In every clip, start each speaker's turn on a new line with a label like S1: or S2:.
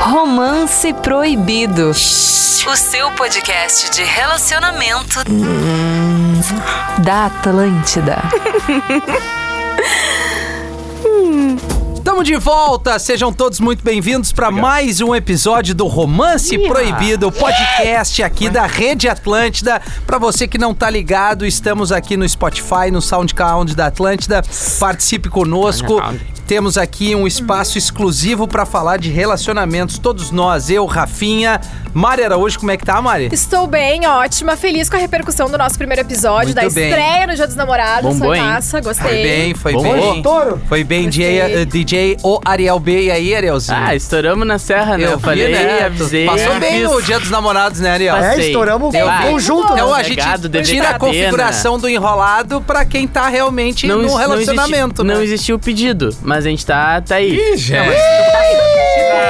S1: Romance Proibido. O seu podcast de relacionamento da Atlântida.
S2: Estamos de volta, sejam todos muito bem-vindos para mais um episódio do Romance Proibido, o podcast aqui da Rede Atlântida. Para você que não tá ligado, estamos aqui no Spotify, no SoundCloud da Atlântida. Participe conosco. Temos aqui um espaço exclusivo para falar de relacionamentos. Todos nós, eu, Rafinha, Mari Araújo, como é que tá, Mari?
S3: Estou bem, ótima, feliz com a repercussão do nosso primeiro episódio,
S2: Muito
S3: da
S2: bem.
S3: estreia no Dia dos Namorados.
S4: Bombou,
S3: foi
S4: hein?
S3: massa, gostei.
S2: Foi bem, foi
S4: Bom,
S2: bem.
S4: hoje,
S2: Foi bem, DJ,
S3: Gostei.
S2: eh, DJ o Ariel B. E aí, Arielzinho?
S4: Ah, estouramos na serra, né? Eu,
S2: vi,
S4: falei,
S2: né?
S4: avisei.
S2: Passou bem
S4: fiz. um
S2: o Dia dos Namorados, né, Ariel?
S4: Passei. Ah, é um
S5: É, estouramos
S4: Deu
S5: o
S4: bem.
S5: conjunto, né?
S2: Então a
S4: Legado,
S2: gente tira a
S4: delicadeza.
S2: configuração do enrolado pra quem tá realmente
S4: Não,
S2: no
S4: exi- não
S2: relacionamento.
S4: existiu- Não,
S2: né?
S4: existiu o pedido, mas a gente tá, tá aí.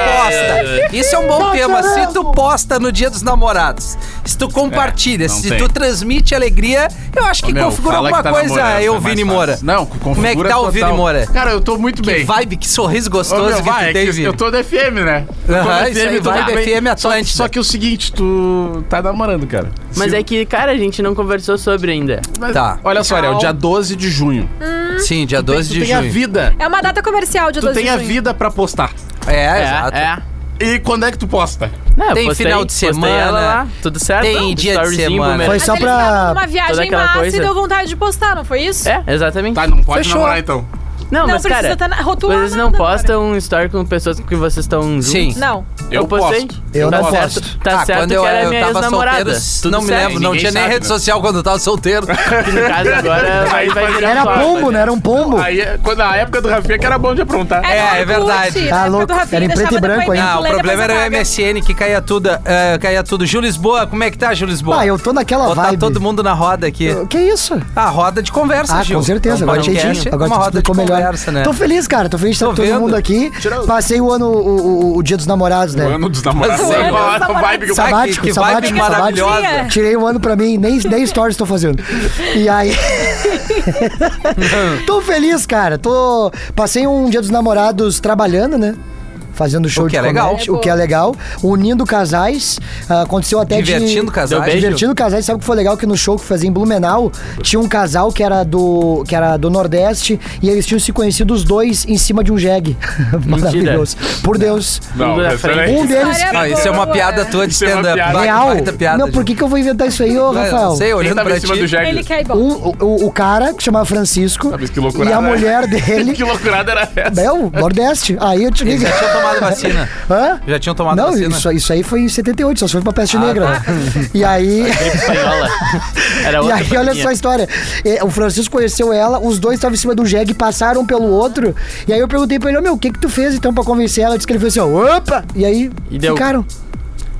S2: Posta. Isso é um bom tema. Se tu posta no Dia dos Namorados, se tu compartilha,
S6: É, não
S2: se
S6: tem.
S2: tu transmite alegria, eu,
S6: Ô,
S2: acho que
S6: meu,
S2: configura
S6: fala
S2: alguma
S6: que tá
S2: coisa,
S6: namorando,
S2: eu,
S6: é
S2: Vini
S6: mais fácil.
S2: Moura.
S6: Não, configura
S2: Como é que tá o
S6: total.
S2: Vini Moura?
S6: Cara, eu tô muito
S2: Que
S6: bem.
S2: vibe, que sorriso
S6: Ô, meu,
S2: gostoso que
S6: vai,
S2: tu
S6: é
S2: tem,
S6: que
S2: Vini.
S6: eu tô da FM, né? Eu tô
S2: Aham,
S6: da
S2: isso aí,
S6: eu tô
S2: vai
S6: muito
S2: da
S6: bem.
S2: FM
S6: Só-
S2: Atlântida.
S6: Só que é o seguinte, tu tá namorando, cara.
S4: Mas
S6: Se-
S4: é que, cara, a gente não conversou sobre ainda.
S6: mas-
S2: Tá.
S6: Olha só, Ariel, dia 12 de junho.
S2: Sim, dia 12
S6: tu
S2: de
S6: tem a
S2: junho.
S6: vida.
S3: É uma data comercial de
S6: Tu
S3: 12
S6: tem
S3: de
S6: a
S3: junho.
S6: vida pra postar.
S2: É,
S4: É,
S2: exato.
S4: é.
S6: E quando é que tu posta?
S4: Não, eu
S2: Tem
S4: postei-
S2: final de
S4: postei
S2: semana, né?
S4: ela lá, tudo certo?
S2: tem dia de semana.
S4: boomerang.
S5: Foi
S3: Mas
S5: só
S3: eles
S5: pra-
S3: estavam numa
S4: Toda
S3: viagem
S4: aquela
S3: massa
S4: coisa.
S3: e deu vontade de postar, não foi isso?
S4: É, exatamente.
S6: Tá, não pode
S5: Fechou.
S6: namorar então.
S4: Não,
S3: Não
S4: mas,
S3: precisa
S4: cara,
S3: tá na- rotular
S4: vocês não
S3: nada,
S4: postam um story com pessoas com que vocês estão juntos?
S2: Sim.
S3: Não.
S4: Eu, postei.
S5: Eu
S4: tá
S5: não
S4: certo,
S5: posto.
S4: Tá
S2: Ah,
S4: certo
S2: quando
S4: que
S2: eu,
S4: ela é
S2: eu
S4: minha
S2: tava
S4: ex-namorada.
S2: solteiro,
S4: Tudo
S2: não me
S4: certo.
S2: lembro, não
S6: Ninguém
S2: tinha nem
S6: sabe,
S2: rede
S6: né?
S2: social quando eu tava solteiro.
S4: Que no caso agora vai, vai virar
S5: Era
S4: só,
S5: pombo,
S4: rapaziada.
S5: né? Era um pombo.
S6: Aí, é- quando, na época do Rafinha que era bom de aprontar.
S2: É, é verdade.
S3: Curte, na
S5: Tá
S3: época
S5: louco,
S3: do Rafinha
S5: era em preto
S3: deixava
S5: e branco
S3: depoimento,
S5: ainda.
S2: Ah, o
S3: lê, depois
S2: problema era o
S3: apaga.
S2: MSN que caía tudo. eh, caía tudo. Júlio Lisboa, como é que tá, Júlio Lisboa?
S5: Ah, eu tô naquela
S2: Botar
S5: vibe.
S2: todo mundo na roda aqui.
S5: Que isso?
S2: Ah, roda de conversa,
S5: Ah,
S2: Gil.
S5: com certeza,
S2: É um
S5: agora
S2: podcast,
S5: entendi.
S2: é
S5: Agora
S2: uma
S5: tu
S2: roda de
S5: explicou melhor.
S2: conversa, né?
S5: Tô feliz, cara, tô feliz de
S2: Tô
S5: estar todo
S2: vendo.
S5: mundo aqui.
S6: Tirou.
S5: Passei o ano, o, o- o dia dos namorados, né?
S6: O ano dos namorados.
S2: Mas o ano
S3: dos
S6: Olha a vibe que eu-
S3: namorados.
S2: Sabe que,
S5: Sabático,
S2: que vibe
S5: sabático,
S2: maravilhosa.
S3: sabático.
S5: Tirei um ano pra mim, nem, nem stories tô fazendo. E aí. tô feliz, cara. Tô. Passei um dia dos namorados trabalhando, né? Fazendo show
S2: O que
S5: de
S2: é legal.
S5: comédia, o que é legal. Unindo casais. Ah, Aconteceu até
S2: Divertindo
S5: de...
S2: casais. Deu bem,
S5: Divertindo casais. Sabe o que foi legal? Que no show que fazia em Blumenau, tinha um casal que era do, que era do Nordeste e eles tinham se conhecido os dois em cima de um jegue. Maravilhoso. Por Deus.
S6: Não,
S4: Tudo na
S6: essa
S4: frente.
S6: é-
S5: Um deles...
S3: História
S2: Ah, isso é uma
S3: boa.
S2: piada tua de
S6: Isso é uma
S2: stand-up.
S6: piada.
S2: Vai,
S5: Real.
S2: baita piada.
S5: não, por que, que eu vou inventar isso aí, ô,
S2: Gil.
S5: Rafael?
S2: Não sei,
S6: Quem
S2: olhando
S6: tava
S2: pra
S6: em cima do
S2: ti.
S6: Jack?
S3: Ele quer ir bom.
S5: Um- o, o cara que chamava Francisco
S6: Sabe que loucurada
S5: e a
S6: era?
S5: mulher dele.
S6: Que loucurada era essa?
S5: Bel, Nordeste. Aí eu te
S2: Eles
S5: digo.
S2: já tinham tomado vacina.
S5: Hã?
S2: Já tinham tomado
S5: Não,
S2: vacina. Ah, tá.
S5: isso, é isso aí foi em 78, só se foi pra peste negra. E aí.
S2: é
S4: espanhola. Era
S5: E
S4: outra
S5: aí, olha
S4: pandemia.
S5: só a história. É, O Francisco conheceu ela, os dois estavam em cima do jegue, passaram pelo outro. E aí eu perguntei pra ele, ô meu, o que que tu fez então pra convencer ela? Diz que ele fez assim, ó, opa! E aí
S4: E deu.
S5: ficaram.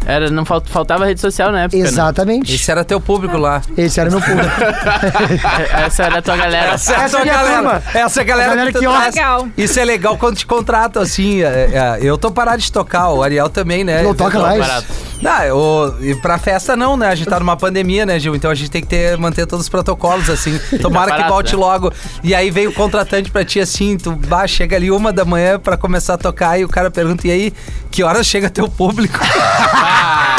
S4: Era, não falt- faltava rede social na época, né?
S5: Exatamente.
S2: Esse era teu público lá.
S5: Esse era meu público.
S4: É- Essa era a tua galera.
S5: Essa é a minha
S2: galera.
S5: turma.
S2: Essa é a galera,
S5: A galera
S2: que, tu
S5: que
S2: traz.
S3: olha. Legal.
S2: Isso é legal quando te contratam, assim. é, é, eu tô parado de tocar, o Ariel também, né?
S5: Não toca
S4: Não,
S5: mais.
S4: Tá barato.
S2: Não, eu, e pra festa não, né? A gente tá numa pandemia, né, Gil? Então a gente tem que ter, manter todos os protocolos, assim. Tomara
S5: Tá
S4: barato,
S2: que volte
S4: né?
S2: logo. E aí veio o contratante pra ti, assim, tu bah, chega ali uma da manhã pra começar a tocar e o cara pergunta, e aí, que horas chega teu público?
S5: Ah!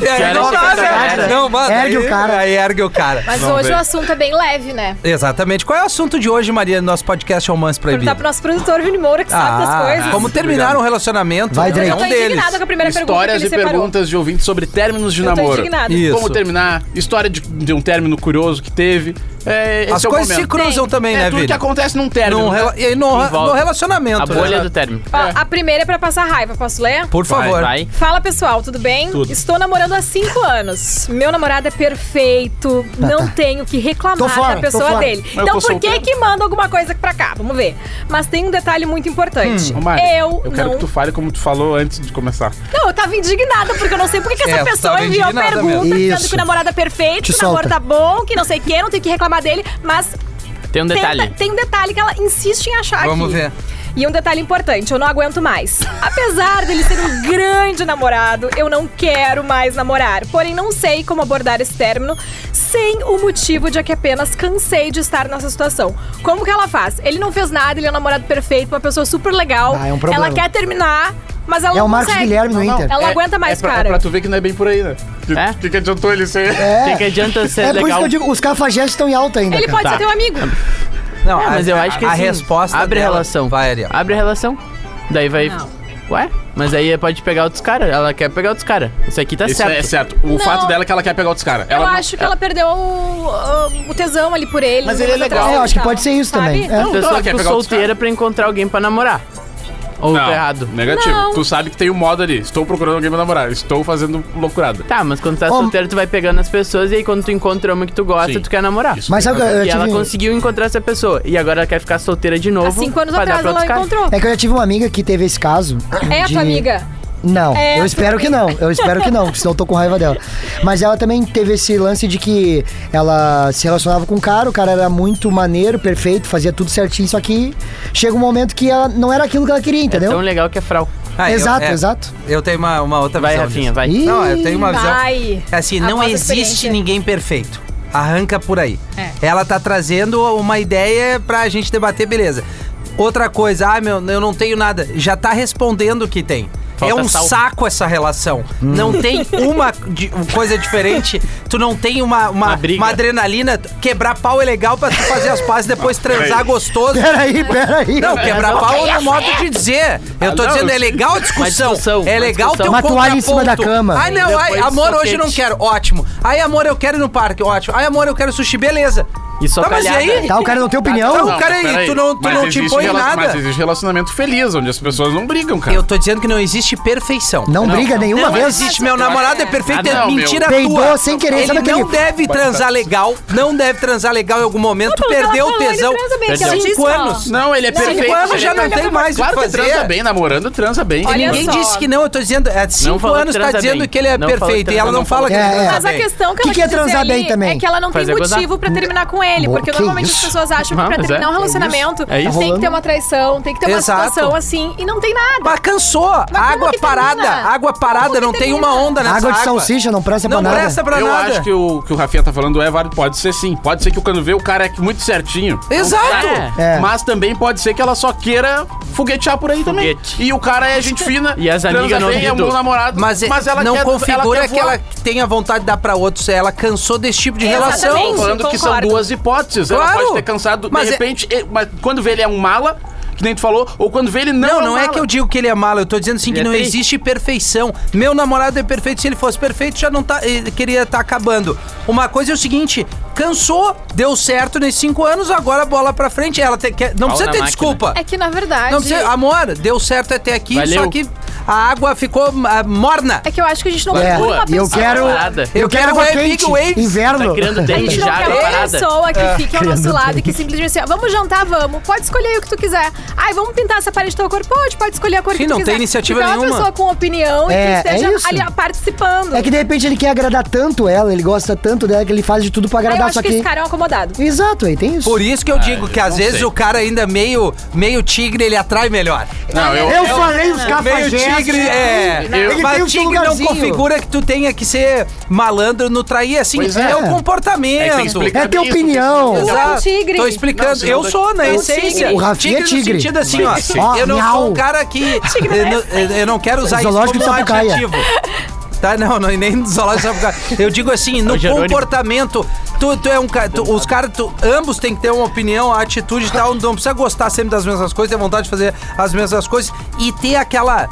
S2: E aí,
S4: Que horas
S2: não,
S4: chega
S2: dá,
S4: essa
S2: né?
S4: galera?
S2: Não, mano, aí-
S5: Ergue o cara.
S2: Aí ergue o cara.
S3: Mas
S6: Não,
S3: hoje
S6: velho.
S3: o assunto é bem leve, né?
S2: Exatamente. Qual é o assunto de hoje, Maria, no nosso podcast Romance Proibido?
S3: Perguntar pro nosso produtor Vini Moura, que sabe das coisas.
S2: Ah, como terminar um relacionamento
S5: Vai,
S2: é
S5: Drake.
S3: Eu
S2: um
S3: tô
S2: deles.
S3: indignada com a primeira pergunta que
S6: Histórias
S3: ele
S6: e
S3: separou.
S6: perguntas de ouvintes sobre términos de
S3: Eu tô
S6: namoro.
S3: indignada.
S2: Isso.
S6: Como terminar, história de, de um término curioso que teve. É, esse
S2: As
S6: é o
S2: coisas se
S6: momento.
S2: cruzam também,
S6: É
S2: né,
S6: tudo
S2: Vini?
S6: que acontece num término.
S2: Num
S6: né?
S2: rela- e no,
S4: Envolve.
S2: no relacionamento.
S4: A bolha
S2: né?
S4: do término.
S3: Ó, A primeira é pra passar raiva, posso ler?
S2: Por favor.
S4: Vai.
S3: Fala pessoal, tudo bem? Estou namorando há cinco anos. Meu namorado é perfeito, não tenho que
S5: Tá, Tô
S3: reclamar
S5: fora,
S3: da
S5: tô
S3: pessoa
S5: fora.
S3: dele.
S6: eu
S3: então
S6: tô
S3: por que
S6: solteiro.
S3: que manda alguma coisa pra cá? Vamos ver. Mas tem um detalhe muito importante.
S6: Ô, Hum, Mari,
S3: eu,
S6: eu quero
S3: não...
S6: que tu fale como tu falou antes de começar.
S3: Não, eu tava indignada, porque eu não sei por que que
S2: É,
S3: essa
S2: tu
S3: pessoa
S2: tava
S3: enviou
S2: indignada
S3: pergunta
S5: mesmo.
S3: dizendo
S5: Isso.
S3: que o namorado é perfeito,
S5: Te
S3: que o namoro tá
S5: solta.
S3: bom, que não sei o que, não tem que reclamar dele, mas
S4: Tem um detalhe.
S3: Tem, tem um detalhe que ela insiste em achar
S2: Vamos
S3: aqui.
S2: ver.
S3: E um detalhe importante, eu não aguento mais. Apesar dele ser um grande namorado, eu não quero mais namorar. Porém, não sei como abordar esse término sem o motivo de que apenas cansei de estar nessa situação. Como que ela faz? Ele não fez nada, ele é um namorado perfeito, uma pessoa super legal.
S5: Ah, é um problema.
S3: Ela quer terminar. Mas ela
S5: É
S3: não
S5: o Marcos
S3: consegue.
S5: Guilherme no Inter.
S3: Ela
S6: É-
S3: aguenta mais,
S6: é pra,
S3: cara.
S6: É pra tu ver que não é bem por aí, né? Que,
S4: É?
S6: que, que adiantou ele ser...
S5: É.
S4: que, que adianta ser
S5: É por isso
S4: legal?
S5: que eu digo, os cafajestes estão em alta ainda.
S3: Ele
S5: cara.
S3: pode ser teu amigo.
S2: Não,
S4: É, mas eu acho que
S2: a
S4: assim,
S2: resposta
S4: abre
S2: dela-
S4: relação.
S2: Vai, Ariel.
S4: Abre relação. Daí vai.
S3: Não.
S4: Ué? Mas aí pode pegar outros caras. Ela quer pegar outros caras. Isso aqui tá
S6: Isso
S4: certo.
S6: é certo. O fato dela é que ela quer pegar outros caras.
S3: Eu
S6: Ela não-
S3: acho que ela perdeu o, o tesão ali por ele.
S6: Mas ele é
S3: Mas
S6: legal.
S3: atrás,
S5: É, eu acho que
S3: tá?
S5: pode ser isso
S3: Sabe?
S5: também. É.
S4: A
S6: Não,
S4: pessoa
S6: ela quer
S4: ficou
S6: pegar outros
S4: solteira pra encontrar alguém pra namorar. Ou
S6: Não,
S2: Tá
S4: tô errado.
S6: Negativo.
S3: Não.
S6: Tu sabe que tem um modo ali. Estou procurando alguém pra namorar. Estou fazendo loucurada.
S4: Tá, mas quando tu tá
S5: Ó,
S4: solteiro, tu vai pegando as pessoas e aí quando tu encontra uma que tu gosta,
S6: Sim.
S4: tu quer namorar.
S6: Isso.
S5: Mas sabe o que eu, eu
S4: E
S5: tive... um?
S4: ela conseguiu encontrar essa pessoa. E agora ela quer ficar solteira de novo.
S3: Há cinco anos
S4: pra dar
S3: atrás
S4: pra
S3: ela
S4: outros caras.
S3: encontrou.
S5: É que eu já tive uma amiga que teve esse caso.
S3: É a
S5: de-
S3: tua amiga.
S5: Não,
S3: É.
S5: eu espero que não. Eu espero que não, senão eu tô com raiva dela. Mas ela também teve esse lance de que ela se relacionava com o cara, o cara era muito maneiro, perfeito, fazia tudo certinho, só que chega um momento que ela não era aquilo que ela queria,
S4: É tão
S5: entendeu?
S4: legal que é fral.
S2: Ah, eu-
S5: exato,
S2: é,
S5: exato.
S2: Eu tenho uma, uma outra
S4: Vai,
S2: visão
S4: Rafinha,
S2: disso.
S4: vai.
S5: Ih,
S2: Não, eu tenho uma visão.
S3: Vai.
S2: Assim,
S3: A
S2: não
S3: nossa
S2: existe
S3: experiência.
S2: ninguém perfeito. Arranca por aí.
S3: É.
S2: Ela tá trazendo uma ideia pra gente debater, beleza. Outra coisa, ah, meu, eu não tenho nada. Já tá respondendo o que tem.
S4: Falta
S2: é um
S4: sal. Hum.
S2: saco essa relação. Não tem uma di- coisa diferente. Tu não tem uma, uma,
S4: Uma briga.
S2: uma adrenalina. Quebrar pau é legal pra tu fazer as pazes e depois
S4: Ah,
S2: transar gostoso.
S5: Peraí, peraí.
S2: Não, quebrar
S4: Mas-
S2: pau é um modo de dizer.
S5: Ah,
S2: Eu tô
S6: não,
S2: dizendo,
S6: eu-
S2: é legal a discussão.
S4: Uma discussão,
S2: É
S4: uma
S2: legal o teu
S5: discussão. Uma toalha em cima da
S2: contraponto.
S5: cama.
S2: Ai, não, ai,
S4: Depois
S2: amor, hoje
S4: soquete.
S2: não quero. Ótimo. Ai, amor, eu quero ir no parque. Ótimo. Ai, amor, eu quero sushi. Beleza.
S4: E só
S2: Tá, mas e
S4: calhada.
S2: aí?
S5: Tá, o cara não tem opinião?
S2: Não, cara, aí,
S6: peraí.
S2: tu não- tu
S6: Mas
S2: não te
S6: existe
S2: impõe
S6: rela-
S2: nada.
S6: Mas existe relacionamento feliz, onde as pessoas não brigam, cara.
S2: Eu tô dizendo que não existe perfeição.
S5: Não, briga nenhuma
S2: Não
S5: vez.
S2: existe, meu namorado é perfeito,
S6: Ah,
S2: é
S6: não, meu.
S2: mentira
S5: Peidou
S2: tua.
S5: sem querer, sabe
S2: Ele
S5: aquele-
S2: não deve transar legal, não deve transar legal em algum momento,
S3: Pelo que ela
S2: perdeu o
S3: falou, ele
S2: tesão.
S3: transa bem, que
S4: ela
S2: Cinco
S3: disse, ó.
S2: anos.
S6: Não, ele é
S3: Não,
S6: perfeito.
S2: Cinco anos
S6: ele
S2: já
S6: é
S2: não
S6: perfeito.
S2: tem mais o que
S6: Claro que transa
S2: fazer.
S6: bem, namorando transa bem.
S3: Olha
S2: Ninguém
S3: só.
S2: disse que não, eu tô dizendo, há cinco
S4: falou que
S2: anos tá
S4: transa
S2: dizendo
S4: bem.
S2: que ele é
S4: Não falou que
S2: perfeito e
S4: transa,
S2: ela não
S4: não
S2: fala que
S5: falou.
S2: ele
S5: É, é.
S2: transa
S3: Mas a
S2: bem.
S3: questão que
S5: Que
S3: ela
S5: que é
S3: quis dizer
S5: transar bem
S3: ali
S5: também?
S3: é que ela não
S4: Fazer
S3: tem
S4: gozar.
S3: motivo pra terminar com ele.
S5: Boa,
S3: porque
S5: que
S3: normalmente
S5: isso?
S3: as pessoas acham
S4: Ah,
S3: que pra
S4: mas é,
S3: terminar um
S4: é isso.
S3: relacionamento
S4: É isso.
S3: tem que
S5: Rolando.
S3: ter uma traição, tem que ter uma
S2: Exato.
S3: situação assim e não tem nada.
S2: Mas cansou, água
S3: é que
S2: parada,
S3: termina?
S2: água
S3: Como que
S2: parada, não tem
S3: termina?
S2: uma onda nessa
S5: Água de salsicha não presta pra
S2: Não
S5: nada.
S2: presta pra
S6: Eu
S2: nada.
S6: acho que o que o Rafinha tá falando é válido. Pode ser sim. Pode ser que quando vê o cara é muito certinho.
S2: Exato.
S4: É.
S5: É.
S6: Mas também pode ser que ela só queira foguetear por aí também.
S4: Foguete.
S6: E o cara é gente fina.
S4: E as
S6: transa
S4: amigas não
S6: bem, é um
S4: duvidam.
S6: bom namorado.
S2: Mas, não
S6: quer-
S2: configura
S6: quer
S2: que ela
S6: voar.
S2: tenha vontade de dar pra outros. Ela cansou desse tipo de
S3: Exatamente.
S2: relação.
S6: Tô falando que são
S3: concordo.
S6: duas hipóteses.
S2: Claro.
S6: Ela pode ter cansado,
S2: Mas é-
S6: de repente, e- mas quando vê ele é um mala, que nem tu falou, ou quando vê ele não,
S2: Não,
S6: um
S2: não é
S6: mala.
S2: que eu digo que ele é malo, eu tô dizendo assim que
S4: Ele é
S2: não
S4: tri.
S2: existe perfeição. Meu namorado é perfeito, se ele fosse perfeito, já não tá. ele queria estar acabando. Uma coisa é o seguinte: cansou, deu certo nesses cinco anos, agora bola pra frente. Ela tem que. Não
S4: Pau
S2: precisa
S4: na
S2: ter
S4: máquina.
S2: desculpa.
S3: É que na verdade.
S2: Não precisa, amor, deu certo até aqui,
S4: Valeu.
S2: só que a água ficou ah, morna.
S3: É que eu acho que a gente não
S5: É,
S3: procura uma
S5: e eu
S3: pessoa.
S5: quero.
S4: Parada.
S5: Eu
S2: Eu
S5: quero
S2: quero
S5: água
S2: wave,
S5: quente.
S2: big waves.
S5: Inverno.
S4: Tá criando
S3: A
S4: dengue
S3: gente não
S4: já
S3: quer
S4: na
S3: uma
S4: parada.
S3: pessoa
S5: É.
S3: que fique ao nosso lado e que simplesmente assim, ó, vamos jantar, vamos. Pode escolher aí o que tu quiser. Ai, vamos pintar essa parede do teu cor? Pode, pode escolher a cor
S2: Sim,
S3: que tu
S2: não
S3: quiser.
S2: tem iniciativa
S3: Que tenha
S2: nenhuma.
S3: uma pessoa com opinião
S5: É,
S3: e que esteja
S5: é isso.
S3: ali ó, participando.
S5: É que de repente ele quer agradar tanto ela, ele gosta tanto dela que ele faz de tudo pra
S3: Aí eu
S5: agradar,
S3: acho
S5: só
S3: que
S5: que.
S3: esse cara é um acomodado.
S5: Exato, aí tem isso.
S2: Por isso que eu digo que às
S6: não
S2: vezes
S6: sei.
S2: o cara ainda meio, meio tigre, ele atrai melhor.
S6: Não, eu,
S5: Eu falei os
S2: é um Meio
S5: cafajestes.
S2: tigre, é.
S5: né? Ele tem o seu
S2: Mas tigre não
S5: lugarzinho.
S2: configura que tu tenha que ser malandro no trair, assim.
S6: Pois
S2: É. o
S6: é. É que tem que
S2: comportamento.
S6: explicar
S5: É ter
S6: isso,
S5: opinião.
S6: tem que-
S3: Não é um tigre.
S2: Tô explicando.
S6: Não, senão
S2: eu
S6: daqui-
S2: sou, na
S3: É um
S2: essência.
S3: tigre.
S5: O Rafinha é
S2: no
S5: tigre.
S2: sentido assim,
S6: Mas
S2: ó.
S6: sim.
S5: Ó,
S2: eu não sou
S5: miau.
S2: um cara que... eu, não, eu- eu não quero usar isso como
S5: Zoológico
S2: um
S5: Sapucaia.
S2: adjetivo. Tá, não, não, e nem do zoológico Sapucaia. Eu digo assim, no
S4: o Jerônimo.
S2: comportamento, tu, tu é um cara, tu- os caras, tu- ambos têm que ter uma opinião, a atitude e tal, não precisa gostar sempre das mesmas coisas, ter vontade de fazer as mesmas coisas e ter aquela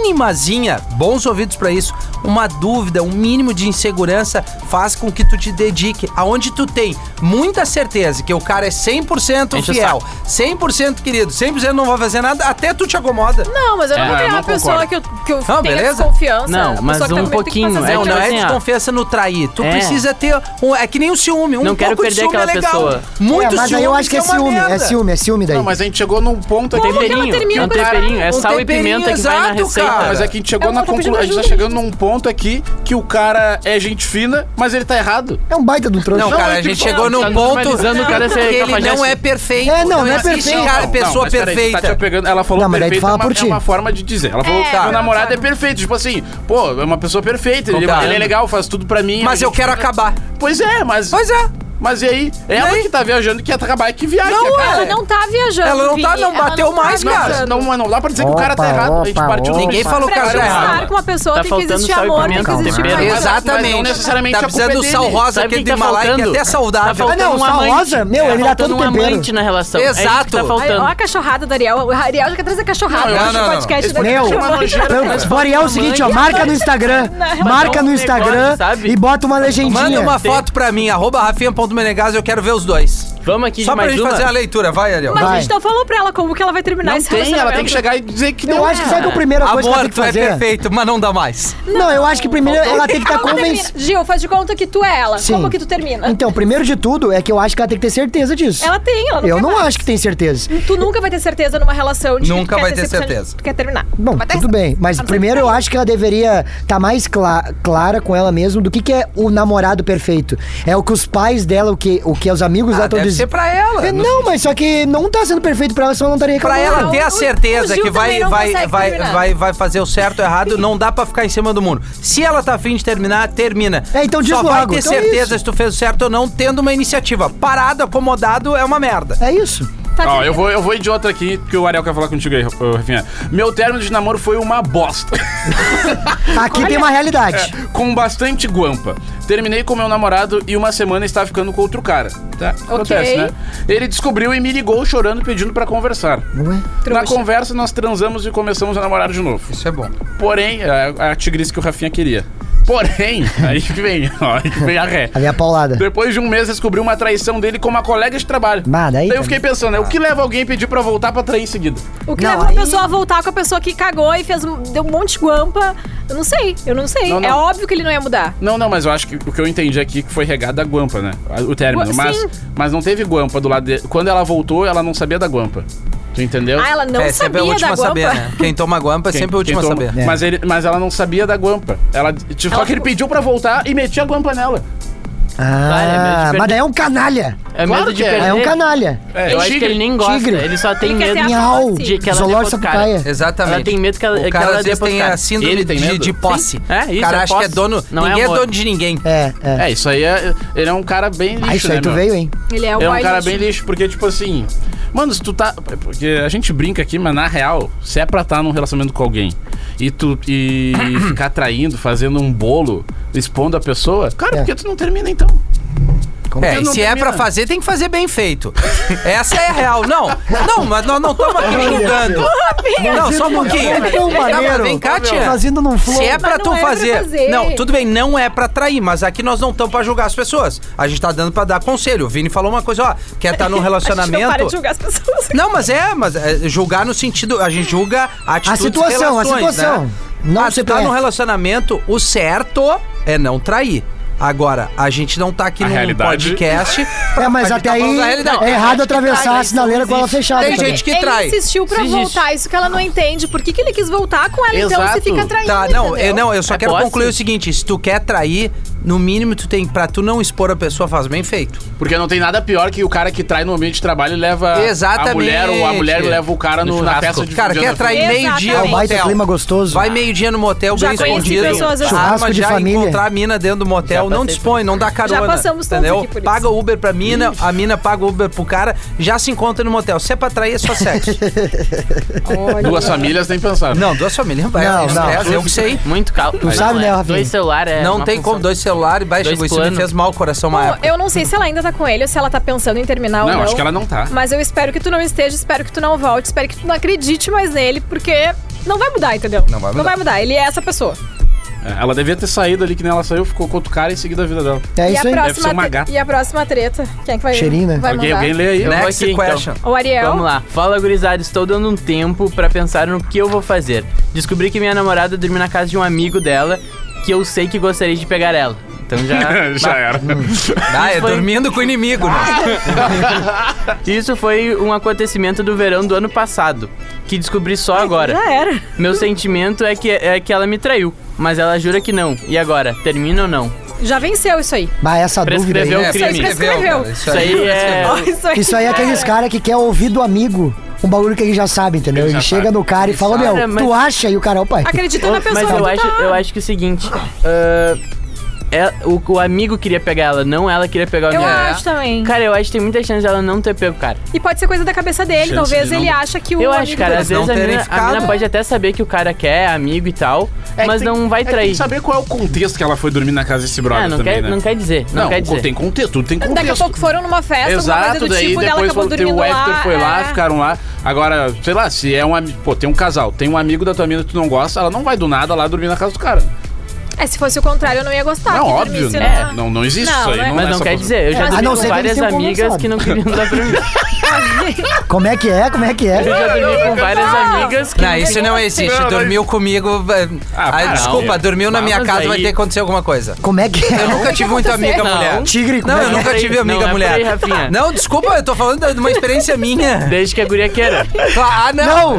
S2: minimazinha, bons ouvidos pra isso, uma dúvida, um mínimo de insegurança faz com que tu te dedique. Aonde tu tem muita certeza que o cara é 100%
S4: Enche o
S2: fiel,
S4: saco.
S2: 100% querido, 100% não vai fazer nada, até tu te acomoda.
S3: Não, mas eu não
S4: É,
S3: vou
S6: eu
S3: criar
S6: não
S3: uma pessoa
S6: concordo.
S3: que eu, que eu
S2: Não,
S3: tenha
S2: beleza.
S3: desconfiança.
S4: Não,
S3: a pessoa
S4: mas
S3: que tá
S4: um
S3: comigo tem que
S4: pouquinho,
S3: fazer
S4: é
S2: Não,
S3: as
S4: tipo
S2: não é
S4: assim, ó.
S2: desconfiança no trair. Tu
S4: É.
S2: precisa ter. Um, é que nem o ciúme. Um
S4: Não quero
S2: pouco de
S4: perder
S2: ciúme é
S4: aquela
S2: legal.
S4: pessoa.
S2: Muito
S5: é, mas aí
S2: ciúme
S5: eu acho que é
S2: uma
S5: ciúme, é
S2: merda.
S5: ciúme, é ciúme daí.
S6: Não, mas a gente chegou num ponto aqui.
S3: Como que ela
S4: Temperinho,
S3: termina
S4: é um
S3: com esse cara?
S4: temperinho, é
S2: Um
S4: sal e
S2: temperinho,
S4: pimenta que vai na
S2: exato,
S4: receita.
S2: cara.
S6: Mas é que a gente chegou
S3: Eu
S6: na
S3: não tô pedindo
S6: conclusão. A gente tá
S3: ajuda,
S6: chegando num ponto aqui que o cara é gente fina, mas ele tá errado.
S5: É um baita de um trouxa.
S2: Não, cara, é- a
S6: tipo,
S2: gente
S6: não,
S2: chegou
S4: tá
S2: num ponto
S4: normalizando o cara
S2: que
S4: ser
S2: ele
S4: cafajeste.
S2: não é perfeito.
S5: É, não, não é
S2: existe
S5: perfeito.
S2: cara,
S6: Não,
S2: pessoa
S6: mas peraí, tu
S2: perfeita.
S6: tá te apegando. Ela falou
S5: Não, mas daí tu
S6: perfeita,
S5: fala
S6: é uma,
S5: por ti.
S6: é uma forma de dizer. Ela falou,
S3: É,
S6: meu
S2: tá.
S6: namorado é perfeito. Tipo assim, pô, é uma pessoa perfeita. Ele,
S2: Então tá.
S6: ele é legal, faz tudo pra mim.
S2: mas
S6: a
S2: eu
S6: gente-
S2: quero acabar.
S6: Pois é, mas...
S2: Pois é.
S6: Mas e aí? Ela que tá viajando que ia trabalhar que viaja,
S2: Não,
S6: cara.
S3: Ela não tá viajando.
S2: Ela não tá,
S3: Vini.
S2: não bateu
S3: tá
S2: mais, cara.
S3: viajando.
S6: Não, mas não dá pra dizer que o cara tá
S5: Opa,
S6: errado. a gente
S5: opa,
S6: partiu do
S5: opa.
S2: Ninguém
S6: princípio.
S2: falou que o
S3: Pra
S2: cara tá
S3: juntar
S2: errado.
S3: com uma pessoa
S4: Tá
S3: tem que existir
S4: faltando sal e
S3: amor, tem que
S4: pimenta.
S3: existir
S5: Calma.
S3: paz.
S2: Exatamente.
S6: mas não necessariamente
S2: tá
S6: a culpa
S2: precisando do
S6: é
S2: sal
S6: dele.
S2: rosa, aquele de Himalaia, que é até
S4: Tá
S2: saudável.
S4: faltando
S5: Ah, não,
S4: um
S5: sal
S4: amante.
S5: rosa? Meu,
S4: tá
S5: ele dá
S4: faltando
S5: todo
S4: um
S5: tempero.
S4: amante na relação. É isso que tá
S2: Exato.
S3: Ai,
S4: faltando.
S3: ó a cachorrada do Ariel. O Ariel já quer trazer cachorrada.
S6: Não,
S3: Não,
S2: não, não, não.
S3: podcast daqui.
S5: Meu,
S6: uma nojeira,
S5: eu-
S6: cara.
S5: Boreal é o seguinte, ó, marca no Instagram,
S3: Não,
S5: marca
S4: é um
S5: no Instagram
S4: negócio, sabe?
S5: e bota uma legendinha.
S2: Manda uma foto pra mim, arroba rafinha.menegas, eu quero ver os dois.
S4: Vamos aqui
S2: Só
S4: de
S2: pra
S4: mais
S2: gente
S4: uma.
S2: fazer a leitura, vai, Ariel.
S3: Mas a
S5: Vai.
S3: gente não falou pra ela como que ela vai terminar
S6: Não
S3: esse
S6: tem, ela tem
S3: relacionamento.
S6: que chegar e dizer que
S5: Eu
S6: não.
S5: acho que sabe a primeira coisa que ela
S2: Amor,
S5: tem que
S2: tu é
S5: fazer.
S2: perfeito, mas não dá mais.
S5: Não, eu acho que primeiro ela tem que tá estar
S3: Ela não
S5: convencida.
S3: termina. Gil, faz de conta que tu é ela.
S5: Sim.
S3: Como que tu termina?
S5: Então, primeiro de tudo é que eu acho que ela tem que ter certeza disso.
S3: Ela tem, ela não
S5: eu
S3: quer
S5: não
S3: mais.
S5: acho que tem certeza.
S3: Tu nunca vai ter certeza numa relação de que tu
S2: Nunca
S3: quer
S2: vai ter
S3: certeza de-
S2: certeza.
S3: Tu quer terminar.
S5: Bom,
S3: Vai ter
S5: tudo
S3: certeza.
S5: bem, mas
S3: tá Ela
S5: primeiro eu
S3: vai-
S5: acho que ela deveria estar mais cla- clara com ela mesma do que, que é o namorado perfeito. É o que os pais dela, o que, o que os amigos dela
S2: Ah,
S5: estão
S2: deve ser
S5: dizendo.
S2: pra ela.
S5: É, Não, mas só que não tá sendo perfeito pra ela, senão ela não estaria
S2: Pra
S5: reclamando.
S2: ela
S3: Não,
S2: ter
S3: o-
S2: a certeza
S3: o Gil
S2: que vai,
S3: também não
S2: vai,
S3: consegue
S2: vai,
S3: terminar.
S2: vai, vai fazer o certo ou errado, não dá pra ficar em cima do muro. Se ela tá afim de terminar, termina.
S5: É, então diz
S2: Só vai
S5: logo.
S2: ter
S5: Então é
S2: certeza
S5: isso.
S2: se tu fez o certo ou não, tendo uma iniciativa. Parado, acomodado, é uma merda.
S5: É isso.
S3: Tá
S6: Ó,
S3: terminando.
S6: eu vou, eu vou idiota aqui, porque o Ariel quer falar contigo aí, ô, Rafinha. Meu término de namoro foi uma bosta.
S5: Aqui tem uma realidade.
S6: com bastante guampa. Terminei com meu namorado e uma semana estava ficando com outro cara. Tá? Acontece, né? Ele descobriu e me ligou chorando pedindo pra conversar.
S5: Ué?
S6: Na conversa nós transamos e começamos a namorar de novo.
S2: Isso é bom.
S6: Porém, a, a tigrice que o Rafinha queria. Porém, aí que vem, ó, aí que vem a ré.
S5: A minha paulada.
S6: Depois de um mês descobri uma traição dele com uma colega de trabalho.
S5: Bah, daí
S6: Daí eu
S5: também.
S6: fiquei pensando, né? O que leva alguém a pedir pra voltar pra trair em seguida?
S3: O que
S5: Não,
S3: leva uma
S5: aí-
S3: pessoa a voltar com a pessoa que cagou e fez um, deu um monte de guampa? Eu não sei, eu não sei.
S6: Não, não.
S3: É óbvio que ele não ia mudar.
S6: Não, não, mas eu acho que o que eu entendi aqui é que foi regada a guampa, né? O término.
S3: Gu-
S6: Mas,
S3: sim.
S6: mas não teve guampa do lado dele. Quando ela voltou, ela não sabia da guampa. Tu entendeu?
S3: Ah, ela não
S2: é, sempre
S3: sabia
S2: é a última
S3: da
S2: a saber,
S3: guampa.
S2: né? Quem toma guampa é
S6: Quem-
S2: sempre a última a
S6: quem toma-
S2: saber.
S4: né?
S5: É.
S6: Mas, ele, mas ela não sabia da guampa. Ela, tipo, só
S3: Ela
S6: que ele
S3: ficou-
S6: pediu pra voltar e metia a guampa nela.
S5: Ah,
S4: Olha, meu,
S5: mas daí é um canalha.
S4: É
S6: Claro
S4: medo de
S6: que é.
S4: perder.
S5: É um canalha.
S6: É,
S4: Eu acho que ele nem gosta,
S5: Tigre.
S4: ele só tem
S3: Ele quer ser
S4: medo
S5: Miau.
S3: assim.
S4: de que ela
S5: Zoológico
S4: dê pros caras.
S5: Sapucaia.
S2: Exatamente.
S4: Ela tem medo que ela-
S2: O
S4: que
S2: cara
S4: ela
S2: às
S4: dê
S2: vezes
S4: pros
S2: tem a
S4: cara.
S2: síndrome
S6: Ele tem
S2: de,
S6: medo?
S2: de posse.
S4: Sim. É, isso,
S2: o cara
S4: é
S2: acha que é
S4: posse.
S2: dono.
S4: Não é
S2: ninguém é,
S4: amor.
S2: dono de ninguém.
S5: É, é.
S6: É, isso aí é. Ele é um cara bem lixo.
S5: Ah, isso aí
S6: né,
S5: tu
S6: meu?
S5: veio, hein?
S3: Ele é o
S6: É um
S3: boy
S6: cara
S3: lixo.
S6: bem lixo, porque, tipo assim. Mano, se tu tá. Porque a gente brinca aqui, mas na real, se é pra tá num relacionamento com alguém e tu. e ficar traindo, fazendo um bolo, expondo a pessoa, cara,
S5: É.
S6: por que tu não termina então?
S2: É,
S6: que
S2: e
S6: não
S2: se é
S6: termina?
S2: pra fazer, tem que fazer bem feito. Essa é a real. Não, não, mas nós não estamos aqui julgando. Não, só um pouquinho.
S5: É tão
S2: Tá, mas
S5: maneiro.
S2: vem cá, tia.
S5: Fazendo num flow.
S2: Se é pra
S3: Mas
S2: tu
S3: não é pra
S2: fazer...
S3: fazer.
S2: Não, tudo bem, não é pra trair, mas aqui nós não estamos pra julgar as pessoas. A gente tá dando pra dar conselho. O Vini falou uma coisa, ó, quer tá num
S3: A gente não para de
S2: relacionamento.
S3: julgar as pessoas.
S2: Não, mas é, mas é, julgar no sentido. A gente julga atitudes,
S5: A situação, a
S2: relações,
S5: situação.
S2: Né?
S5: Não
S2: ah,
S5: o
S2: tu tá
S5: CPF.
S2: num relacionamento, o certo é não trair. Agora, a gente não tá aqui
S6: A
S2: num
S6: realidade.
S2: podcast.
S5: É, mas
S2: a gente
S5: até
S2: tá
S5: aí
S2: falando da realidade.
S5: é errado atravessar a
S4: Isso
S5: sinaleira com ela
S4: existe.
S5: fechada. tá
S2: Tem
S5: também.
S2: gente que
S3: ele
S2: trai.
S3: insistiu pra
S4: Existe.
S3: voltar, isso que ela não entende. Por que, que ele quis voltar com ela então se
S6: Exato.
S3: fica traindo?
S2: Tá, não,
S3: entendeu?
S2: eu, não, eu só
S4: É
S2: quero
S4: posse.
S2: concluir o seguinte: se tu quer trair, no mínimo tu tem. Pra tu não expor a pessoa, faz bem feito.
S6: Porque não tem nada pior que o cara que trai no ambiente de trabalho e leva
S2: Exatamente.
S6: a mulher ou a mulher leva o cara
S4: No
S6: no, na
S4: churrasco.
S6: festa de
S2: Cara,
S6: de
S2: quer
S6: ano-
S2: trair
S3: Exatamente.
S2: meio-dia no
S3: É um
S5: baita
S2: motel.
S5: clima gostoso.
S2: Vai meio-dia no motel,
S3: Já
S2: bem
S3: conheci
S2: escondido.
S3: pessoas assim.
S2: arma
S5: Churrasco de
S2: já
S5: família.
S2: encontrar a mina dentro do motel.
S4: Já
S2: não
S4: passei
S2: dispõe, não dá carona.
S3: passamos todos
S2: entendeu?
S3: aqui por isso.
S2: Paga o Uber pra mina, a mina paga o Uber pro cara, já se encontra no motel. Se é pra trair, é só sexo.
S6: Duas famílias nem pensar.
S2: não, duas famílias vai.
S5: Não, não.
S2: estresse, Eu que sei.
S4: Muito calmo.
S5: Tu sabe, né, Rafinha?
S4: Dois celular é
S2: Não
S4: uma
S2: tem
S4: função.
S2: como dois celulares, baixa
S4: Dois
S2: isso me
S4: plano.
S2: fez mal o coração uma
S3: Bom,
S2: época.
S3: Então, eu não sei se ela ainda tá com ele ou se ela tá pensando em terminar ou
S6: Não,
S3: não.
S6: acho que ela não tá.
S3: Mas eu espero que tu não esteja, espero que tu não volte, espero que tu não acredite mais nele, porque não vai mudar, entendeu?
S2: Não vai mudar.
S3: Não vai mudar, ele é essa pessoa.
S6: É, Ela devia ter saído ali que nem ela saiu, ficou com outro cara e em seguida a vida dela.
S5: É
S3: e, a
S5: isso aí.
S6: Deve ser uma
S3: próxima tre-
S6: gata.
S3: e a próxima treta, quem é que vai,
S5: Cheirinho, né?
S3: vai
S6: Alguém,
S3: mandar?
S6: alguém lê aí.
S4: Eu vou
S2: Next
S4: aqui, então.
S2: question.
S3: O Ariel.
S4: Vamos lá. Fala, gurizada. Estou dando um tempo pra pensar no que eu vou fazer. Descobri que minha namorada dorme na casa de um amigo dela que eu sei que gostaria de pegar ela. Então já...
S6: Já era.
S2: Ah, é
S4: foi-
S2: dormindo com o inimigo, né?
S4: Isso foi um acontecimento do verão do ano passado, que descobri só agora.
S3: Já é era.
S4: Meu sentimento é que, é que ela me traiu, mas ela jura que não. E agora, termina ou não?
S3: Já venceu isso aí.
S5: Bah, essa dúvida aí.
S4: Prescreveu. É um
S2: isso aí
S4: crime.
S2: prescreveu, cara.
S4: Isso aí é...
S3: Ó, isso aí.
S5: Isso aí é aqueles caras que quer ouvir do amigo um bagulho que ele já sabe, entendeu?
S6: Ele
S5: Ele
S6: já
S5: chega
S6: sabe.
S5: no cara e fala,
S4: sabe,
S5: meu,
S4: mas-
S5: tu acha? E o cara, opa,
S3: Acredita na pessoa
S4: Mas eu
S3: tu
S4: acho,
S3: tá.
S4: eu acho que é o seguinte. ah, é- o, o amigo queria pegar ela, não ela queria pegar o
S3: Eu
S6: é.
S4: amigo.
S3: acho também.
S4: Cara, eu acho que tem muita chance dela não ter pego o cara.
S3: E pode ser coisa da cabeça dele,
S6: Chance
S3: talvez
S6: de não-
S3: ele ache que o
S4: eu
S3: amigo
S4: acho, cara,
S3: dele-
S4: às
S2: não
S4: vezes a
S2: terem
S4: mina, a
S2: ficado.
S4: mina pode até saber que o cara quer, amigo e tal,
S6: É que
S4: mas
S6: tem-
S4: não vai
S6: é que
S4: trair.
S6: tem que saber qual é o contexto que ela foi dormir na casa desse brother
S4: Ah, não,
S6: também,
S4: quer,
S6: né?
S4: não quer dizer, não, quer dizer.
S6: tem contexto, tudo tem contexto.
S3: Daqui a pouco foram numa festa, alguma
S6: assim, Exato,
S3: coisa do
S6: daí
S3: tipo, dela
S6: depois
S3: acabou
S6: foi, tem
S3: dormindo
S6: o After
S3: lá.
S6: foi lá,
S3: é.
S6: ficaram lá. Agora, sei lá, se é um amigo. Pô, tem um casal, tem um amigo da tua mina que tu não gosta, ela não vai do nada lá dormir na casa do cara.
S3: É, se fosse o contrário, eu não ia gostar.
S6: não,
S3: Tá, que
S6: óbvio,
S3: dormisse
S6: né?
S3: na-
S6: Não, não existe
S3: Não,
S6: isso aí.
S3: não é-
S6: Não
S4: Mas
S6: é
S4: não
S6: essa
S4: quer
S6: coisa.
S4: dizer, eu já
S3: A
S4: dormi
S3: não
S4: com
S5: ser que eles
S4: várias
S5: tenham
S4: amigas que não queriam dar pra mim.
S5: Como é que é? Como é que
S4: Eu
S5: é?
S4: já dormi com várias amigas que
S2: Não, isso não existe.
S6: Não, não
S2: dormiu comigo. vai-
S6: Ah,
S2: Ah,
S6: para,
S2: desculpa,
S6: não.
S2: dormiu na
S4: Mas
S2: minha casa, vai
S4: aí-
S2: ter que acontecer alguma coisa.
S5: Como é que
S2: Eu
S5: é?
S2: nunca tive muita amiga
S4: Não.
S2: mulher.
S5: Tigre, como
S2: Não,
S5: é
S2: eu
S5: que é?
S2: nunca
S4: aí,
S2: tive amiga
S4: não é por
S2: mulher.
S4: aí, Rafinha.
S2: não, desculpa, eu tô falando de uma experiência minha.
S4: Desde que a guria queira.
S2: Cla- Ah, não! Ah,
S5: Não.
S2: Não,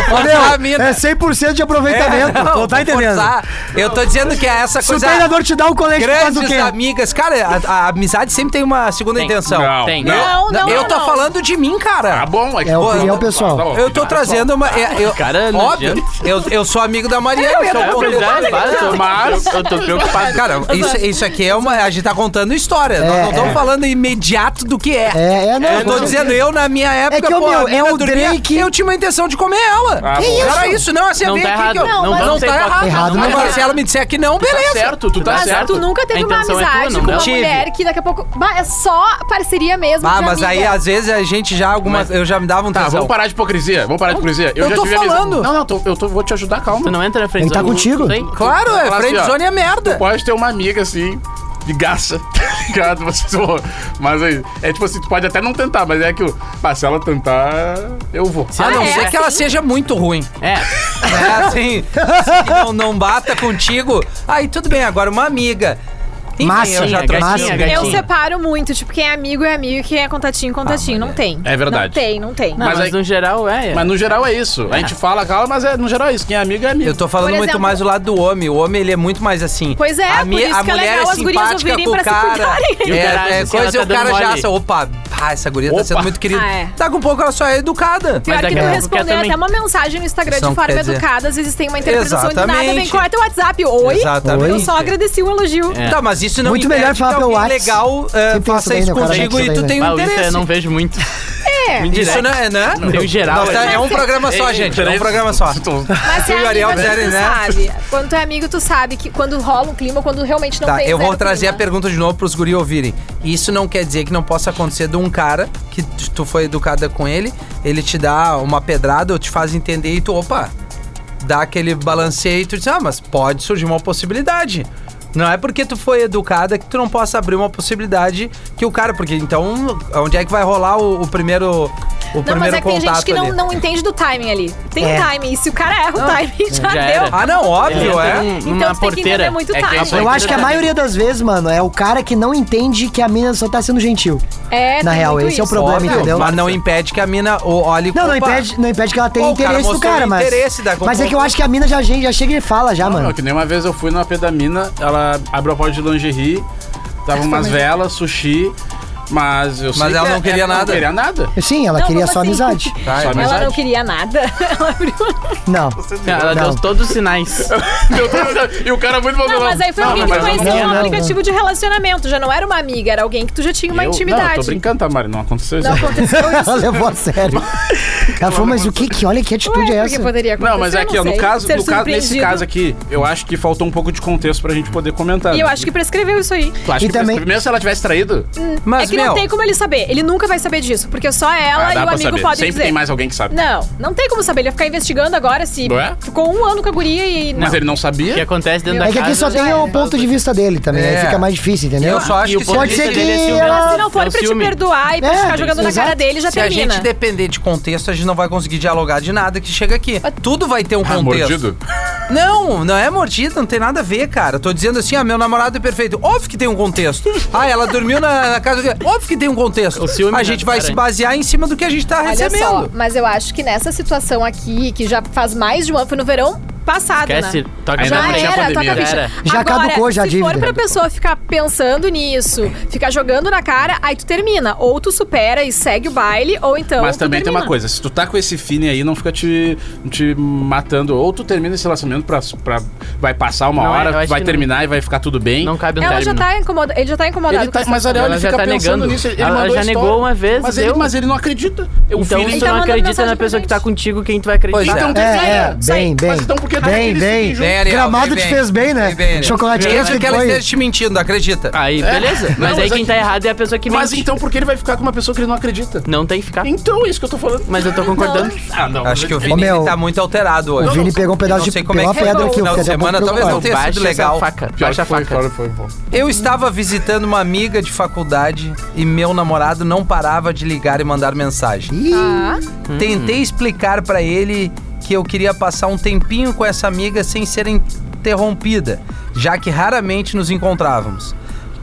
S2: vou
S5: Ô, meu,
S2: forçar a mina.
S5: é 100% de aproveitamento.
S2: É, não,
S5: Não, tá
S2: vou
S5: entendendo?
S2: forçar. Eu tô dizendo que é essa
S5: Se o
S2: coisa.
S5: treinador te dá o colete, tu faz o
S2: Grandes
S5: quê?
S2: amigas. Cara, a, a amizade sempre tem uma segunda
S4: Tem.
S2: intenção.
S6: Não,
S4: Tem.
S6: não.
S3: Não, não,
S2: eu
S3: não,
S2: tô
S3: não.
S2: falando de mim, cara.
S6: Tá bom, é que
S5: É a
S6: Pô,
S5: opinião
S6: não-
S5: pessoal.
S6: tá bom,
S2: Eu tô
S6: tá bom.
S2: trazendo uma. é- eu,
S4: Cara, não
S2: óbvio,
S4: adianta.
S2: eu, eu sou amigo da Mariana. Eu,
S4: É
S2: sou
S4: verdade, para, eu tô-
S6: Tá Mas-
S4: eu tô preocupado.
S2: Cara, isso, isso aqui é uma. A gente tá contando história. nós
S5: É,
S2: não estamos
S5: é.
S2: falando imediato do que é.
S5: É, é, não.
S2: Eu tô
S5: com
S2: dizendo, eu na minha época,
S5: que, ô,
S2: pô, a
S5: meu,
S2: mina
S5: é o
S2: dormia,
S5: Drake-
S2: eu tinha uma intenção de comer ela.
S6: Ah, bom.
S2: Era isso, não, assim,
S4: Não
S2: vem
S4: tá
S2: aqui que eu-
S4: errado, não
S2: não, tá
S4: vamos ser
S2: errado.
S5: Errado
S2: Não,
S5: não Então
S2: a
S5: é.
S2: Marcela me disser que não,
S6: Tá
S2: beleza.
S6: certo, tu tá
S3: Mas
S6: certo.
S3: tu nunca teve
S4: A
S3: uma
S4: intenção é tua,
S3: amizade
S4: não
S3: com uma
S4: dela.
S3: mulher que daqui a pouco. Bah, é só parceria mesmo.
S2: Ah,
S3: de
S2: mas
S5: é
S2: aí
S3: amiga.
S2: às vezes a gente já algumas. Eu já me dava um
S6: Tá,
S2: tesão.
S6: vamos parar de hipocrisia. Vamos parar de hipocrisia.
S2: eu
S6: já
S2: tô
S6: tive amizade-
S2: falando.
S6: Não, não, tô- eu tô- vou te ajudar,
S4: Tu
S6: calma.
S4: não entra na frente
S5: Ele tá
S4: do-
S5: contigo.
S4: Tem?
S2: Claro, é,
S6: Fala assim,
S2: friendzone
S6: ó,
S2: zone é merda.
S6: Pode ter uma amiga assim, de gaça, tá ligado? Mas, pô, mas aí, é tipo assim, tu pode até não tentar, mas é aquilo. Ah, se ela tentar, eu vou.
S2: A não
S3: é
S2: ser que ela seja muito ruim.
S4: É,
S2: É assim, se não, não bata contigo. Aí tudo bem, agora uma amiga. Enfim,
S5: Massa, né,
S2: eu já
S4: gatinha,
S2: trouxe.
S5: massa.
S4: gatinha.
S3: Eu separo muito, tipo, quem é amigo é amigo e quem é contatinho, contatinho.
S2: Ah,
S3: não tem.
S6: É verdade.
S3: Não tem, não tem.
S4: Não,
S6: Mas
S4: mas,
S6: aí-
S4: no geral é.
S6: Mas no geral é isso. A gente fala, calma, mas é, no geral é isso. Quem é amigo é amigo.
S2: Eu tô falando
S3: Por
S2: muito
S3: exemplo-
S2: mais do lado do homem. O homem, ele é muito mais assim.
S3: Pois é,
S2: a,
S3: por isso
S2: a
S3: que é
S2: mulher
S3: legal
S2: é
S3: as gurias
S2: simpática
S3: ouvirem
S2: com o
S3: pra se
S2: cara.
S3: cuidarem.
S2: É,
S4: E o cara
S2: é
S4: acha,
S2: coisa,
S4: assim, ela
S2: o
S4: tá
S2: cara
S4: dando
S2: já.
S4: mole.
S2: acha, Opa, ah, essa guria tá
S6: Opa.
S2: sendo muito querida.
S3: Ah, é.
S2: Tá com um pouco, ela só é educada.
S4: Mas
S3: Pior que
S4: daqui
S3: tu
S4: a pouco quer
S3: respondeu
S4: também.
S3: até uma mensagem no Instagram
S2: Isso não
S3: de forma
S2: quer dizer.
S3: educada, às vezes tem uma interpretação do nada,
S2: Exatamente.
S3: vem qual é teu WhatsApp? Oi?
S2: Exatamente.
S3: Eu só agradeci o elogio.
S4: É.
S2: Tá, mas isso não
S5: Muito
S2: impede
S5: melhor falar
S2: que
S5: pelo
S2: alguém
S5: WhatsApp.
S2: legal eh,
S5: Sempre
S2: faça
S5: isso
S2: isso
S5: daí, né, cara?
S2: contigo
S5: Isso
S2: e
S5: daí,
S2: tu
S5: né?
S2: tem
S4: Bah,
S2: um
S4: o Insta eu
S2: interesse.
S4: não vejo muito.
S2: Isso não é, né?
S4: Tem o geral.
S2: Nossa,
S4: é.
S2: é um programa só, gente. É um programa só.
S3: Mas se
S2: Eu e
S3: é
S2: Ariel
S3: amigo, tu
S2: fizerem, né?
S3: sabe. Quando tu é amigo, tu sabe que quando rola um clima, quando realmente não
S2: Tá,
S3: tem
S2: eu vou
S3: zero
S2: trazer a
S3: clima.
S2: pergunta de novo pros guri ouvirem. Isso não quer dizer que não possa acontecer de um cara que t- tu foi educada com ele, ele te dá uma pedrada ou te faz entender e tu, opa, dá aquele balanceio e tu diz, ah, mas pode surgir uma possibilidade. Não é porque tu foi educada que tu não possa abrir uma possibilidade que o cara, porque então onde é que vai rolar o, o primeiro o
S3: Não, mas
S2: primeiro
S3: é que tem
S2: contato
S3: gente que
S2: ali?
S3: não, não entende do timing ali. Tem
S5: É.
S3: um timing, e se o cara erra o timing, já,
S4: já
S3: deu.
S4: era.
S2: Ah, não, óbvio, é.
S5: um
S4: Numa
S3: Então tu tem que
S4: um- porteira.
S3: entender muito
S4: É que a
S3: tarde.
S5: Eu
S4: porteira
S5: acho que a
S4: também.
S5: maioria das vezes, mano, é o cara que não entende que a mina só tá sendo gentil.
S3: É,
S5: Na
S3: tem
S5: real,
S3: muito
S5: esse é o
S3: isso.
S5: problema,
S2: Óbvio,
S5: entendeu?
S2: Mas não impede que a mina o- olhe
S5: Não, não
S2: opa,
S5: impede, não impede que ela tenha
S2: Pô, o cara
S5: interesse do
S2: mostrou
S5: cara, mas.
S2: interesse, dá com-
S5: mas é que eu acho que a mina já, já chega e fala, já,
S6: Não,
S5: mano.
S6: que nem uma vez eu fui na pedamina, ela abriu a porta de lingerie, tava umas velas, sushi, mas eu sei
S2: Mas ela
S6: que é,
S2: não queria nada.
S6: Não queria nada.
S5: Sim, ela
S3: Não,
S5: queria
S3: como
S5: só
S3: assim?
S5: amizade.
S2: Tá,
S6: Só
S2: é
S3: Ela não
S6: amizade.
S3: queria nada. Ela abriu.
S5: Não.
S4: Ela
S5: Não.
S4: deu todos os sinais.
S6: Meu Deus, e o cara muito
S3: Não, mas aí foi alguém que
S6: mas
S3: tu
S6: eu não-
S3: conheceu
S5: não,
S3: no
S5: não,
S3: aplicativo de relacionamento. Já não era uma amiga, era alguém que tu já tinha uma
S6: Eu- Não, eu tô
S3: intimidade.
S6: brincando, tá, Mari? Não aconteceu isso.
S3: Não aconteceu isso.
S5: Ela levou a sério. Ela falou, mas o que que? Olha que atitude
S3: Ué,
S5: é essa?
S3: porque poderia acontecer.
S6: Não, mas é
S3: eu
S6: aqui, ó, no
S3: sei.
S6: caso,
S3: Ser
S6: no caso, nesse
S3: surpreendido.
S6: caso aqui, eu acho que faltou um pouco de contexto pra gente poder comentar.
S3: E eu acho que prescreveu isso aí.
S6: Tu acha
S5: E
S6: que
S5: também-
S6: também... mesmo se ela tivesse traído,
S2: Mas,
S3: é que
S2: meu,
S3: não tem como ele saber. Ele nunca vai saber disso, porque só ela
S6: ah,
S3: e
S6: dá
S3: o
S6: pra
S3: amigo
S6: saber.
S3: podem
S6: Sempre
S3: dizer.
S6: tem mais alguém que sabe.
S3: Não, não tem como saber. Ele ia ficar investigando agora se
S6: Não é?
S3: ficou um ano com a guria e.
S6: Mas ele não sabia.
S4: O que acontece dentro da
S5: É que
S4: casa.
S5: aqui só tem o ponto de vista dele também,
S2: É.
S5: aí fica mais difícil, entendeu?
S2: eu só acho
S4: E o
S2: que
S4: ponto
S5: Pode
S4: de
S5: ser
S4: vista dele é
S5: que
S4: ciúme.
S5: ela-
S4: É
S3: se não
S6: um
S3: for
S4: o
S3: pra te né?
S4: ciúme.
S3: perdoar e pra
S5: É,
S3: ficar jogando na
S5: exato.
S3: cara dele, já
S2: Se a
S3: termina.
S2: gente depender de contexto, a gente não vai conseguir dialogar de nada que chega aqui. Tudo vai ter um
S6: Ah,
S2: contexto.
S6: mordido.
S4: Então,
S2: Não, não é mordido, não tem nada a ver, cara. Eu Tô dizendo assim, ah, meu namorado é perfeito. Óbvio que tem um contexto. Ah, ela dormiu na, na casa do... Óbvio que tem um contexto.
S4: O ciúme,
S2: a
S4: né,
S2: gente vai
S4: cara?
S2: se basear em cima do que a gente tá
S3: Olha só,
S2: recebendo.
S3: mas eu acho que nessa situação aqui, que já faz mais de um ano, foi no verão passado,
S4: Esquece,
S3: né?
S4: toca
S6: Ainda
S4: pra
S6: não
S3: Já
S4: frente.
S6: tinha
S3: era, tá
S6: pandemia. né?
S3: toca a
S4: Já
S3: ficha.
S4: era.
S5: Já
S3: Agora,
S5: caducou já a
S3: Se for
S5: dívida.
S3: pra pessoa ficar pensando nisso, ficar jogando na cara, aí tu termina. Ou tu supera e segue o baile, ou então.
S6: Mas
S3: tu
S6: também tem
S3: termina.
S6: uma coisa, se tu tá com esse fine aí, não fica te, te matando. Ou tu termina esse relacionamento pra. pra- vai passar uma
S4: Não, eu
S6: hora,
S4: acho
S6: vai
S4: que
S6: terminar e vai ficar tudo bem.
S4: Não cabe um
S3: Ela já
S4: término.
S3: tá incomoda... Ele já tá incomodado
S6: Ele tá,
S3: com
S6: mas
S3: essa
S6: olha,
S4: Ela
S6: ele
S4: já
S6: fica
S4: tá
S6: pensando
S4: negando.
S6: nisso. Ele
S4: Ela
S6: mandou
S4: já
S6: a
S4: negou
S6: história,
S4: uma vez,
S6: Mas ele,
S4: deu.
S6: mas ele não acredita. Eu
S4: Então,
S6: filho,
S4: se tu
S3: Ele tá
S4: não
S3: mandando
S4: acredita
S3: mensagem
S4: na
S3: pra
S4: pessoa que
S3: gente.
S4: tá contigo, quem tu vai acreditar?
S2: Pois
S6: Então,
S2: é.
S6: tem que sair.
S5: É, é,
S6: Sai.
S5: bem, bem.
S6: Mas então por que tu
S5: Bem,
S6: acredita
S5: bem.
S6: que junto?
S2: Ariel,
S5: Gramado
S2: vem
S5: te
S2: bem.
S5: fez bem, né?
S2: Vem bem, Ariel.
S5: Chocolate quente
S2: Mesmo é que ela
S5: depois.
S2: esteja te mentindo, acredita.
S4: Aí, beleza. Mas
S6: Não,
S4: aí
S6: mas
S4: quem
S6: aí-
S4: tá errado é a pessoa que
S6: Mas
S4: mente.
S6: então por que ele vai ficar com uma pessoa que ele não acredita?
S4: Não tem que ficar.
S6: Então é isso que eu tô falando.
S4: Mas eu tô concordando.
S6: Ah, não.
S2: Acho que o
S5: Ô,
S2: Vini
S5: meu,
S2: tá muito alterado hoje.
S5: O Vini pegou um
S2: Eu
S5: pedaço
S2: não
S5: de
S2: sei
S5: pegou
S2: como é
S5: uma
S2: que
S5: pedra
S3: foi
S5: aqui.
S3: o
S5: eu
S2: final de
S5: fiquei até um
S2: semana,
S5: pouco
S2: talvez não
S5: preocupado.
S2: tenha
S4: Baixa
S2: sido
S4: essa
S2: legal.
S4: faca.
S6: Pior
S4: Baixa a
S6: que foi,
S4: faca.
S6: cara, foi bom.
S2: Eu estava visitando uma amiga de faculdade e meu namorado não parava de ligar e mandar mensagem.
S5: Ih,
S2: Tentei explicar pra ele que eu queria passar um tempinho com essa amiga sem ser interrompida, já que raramente nos encontrávamos.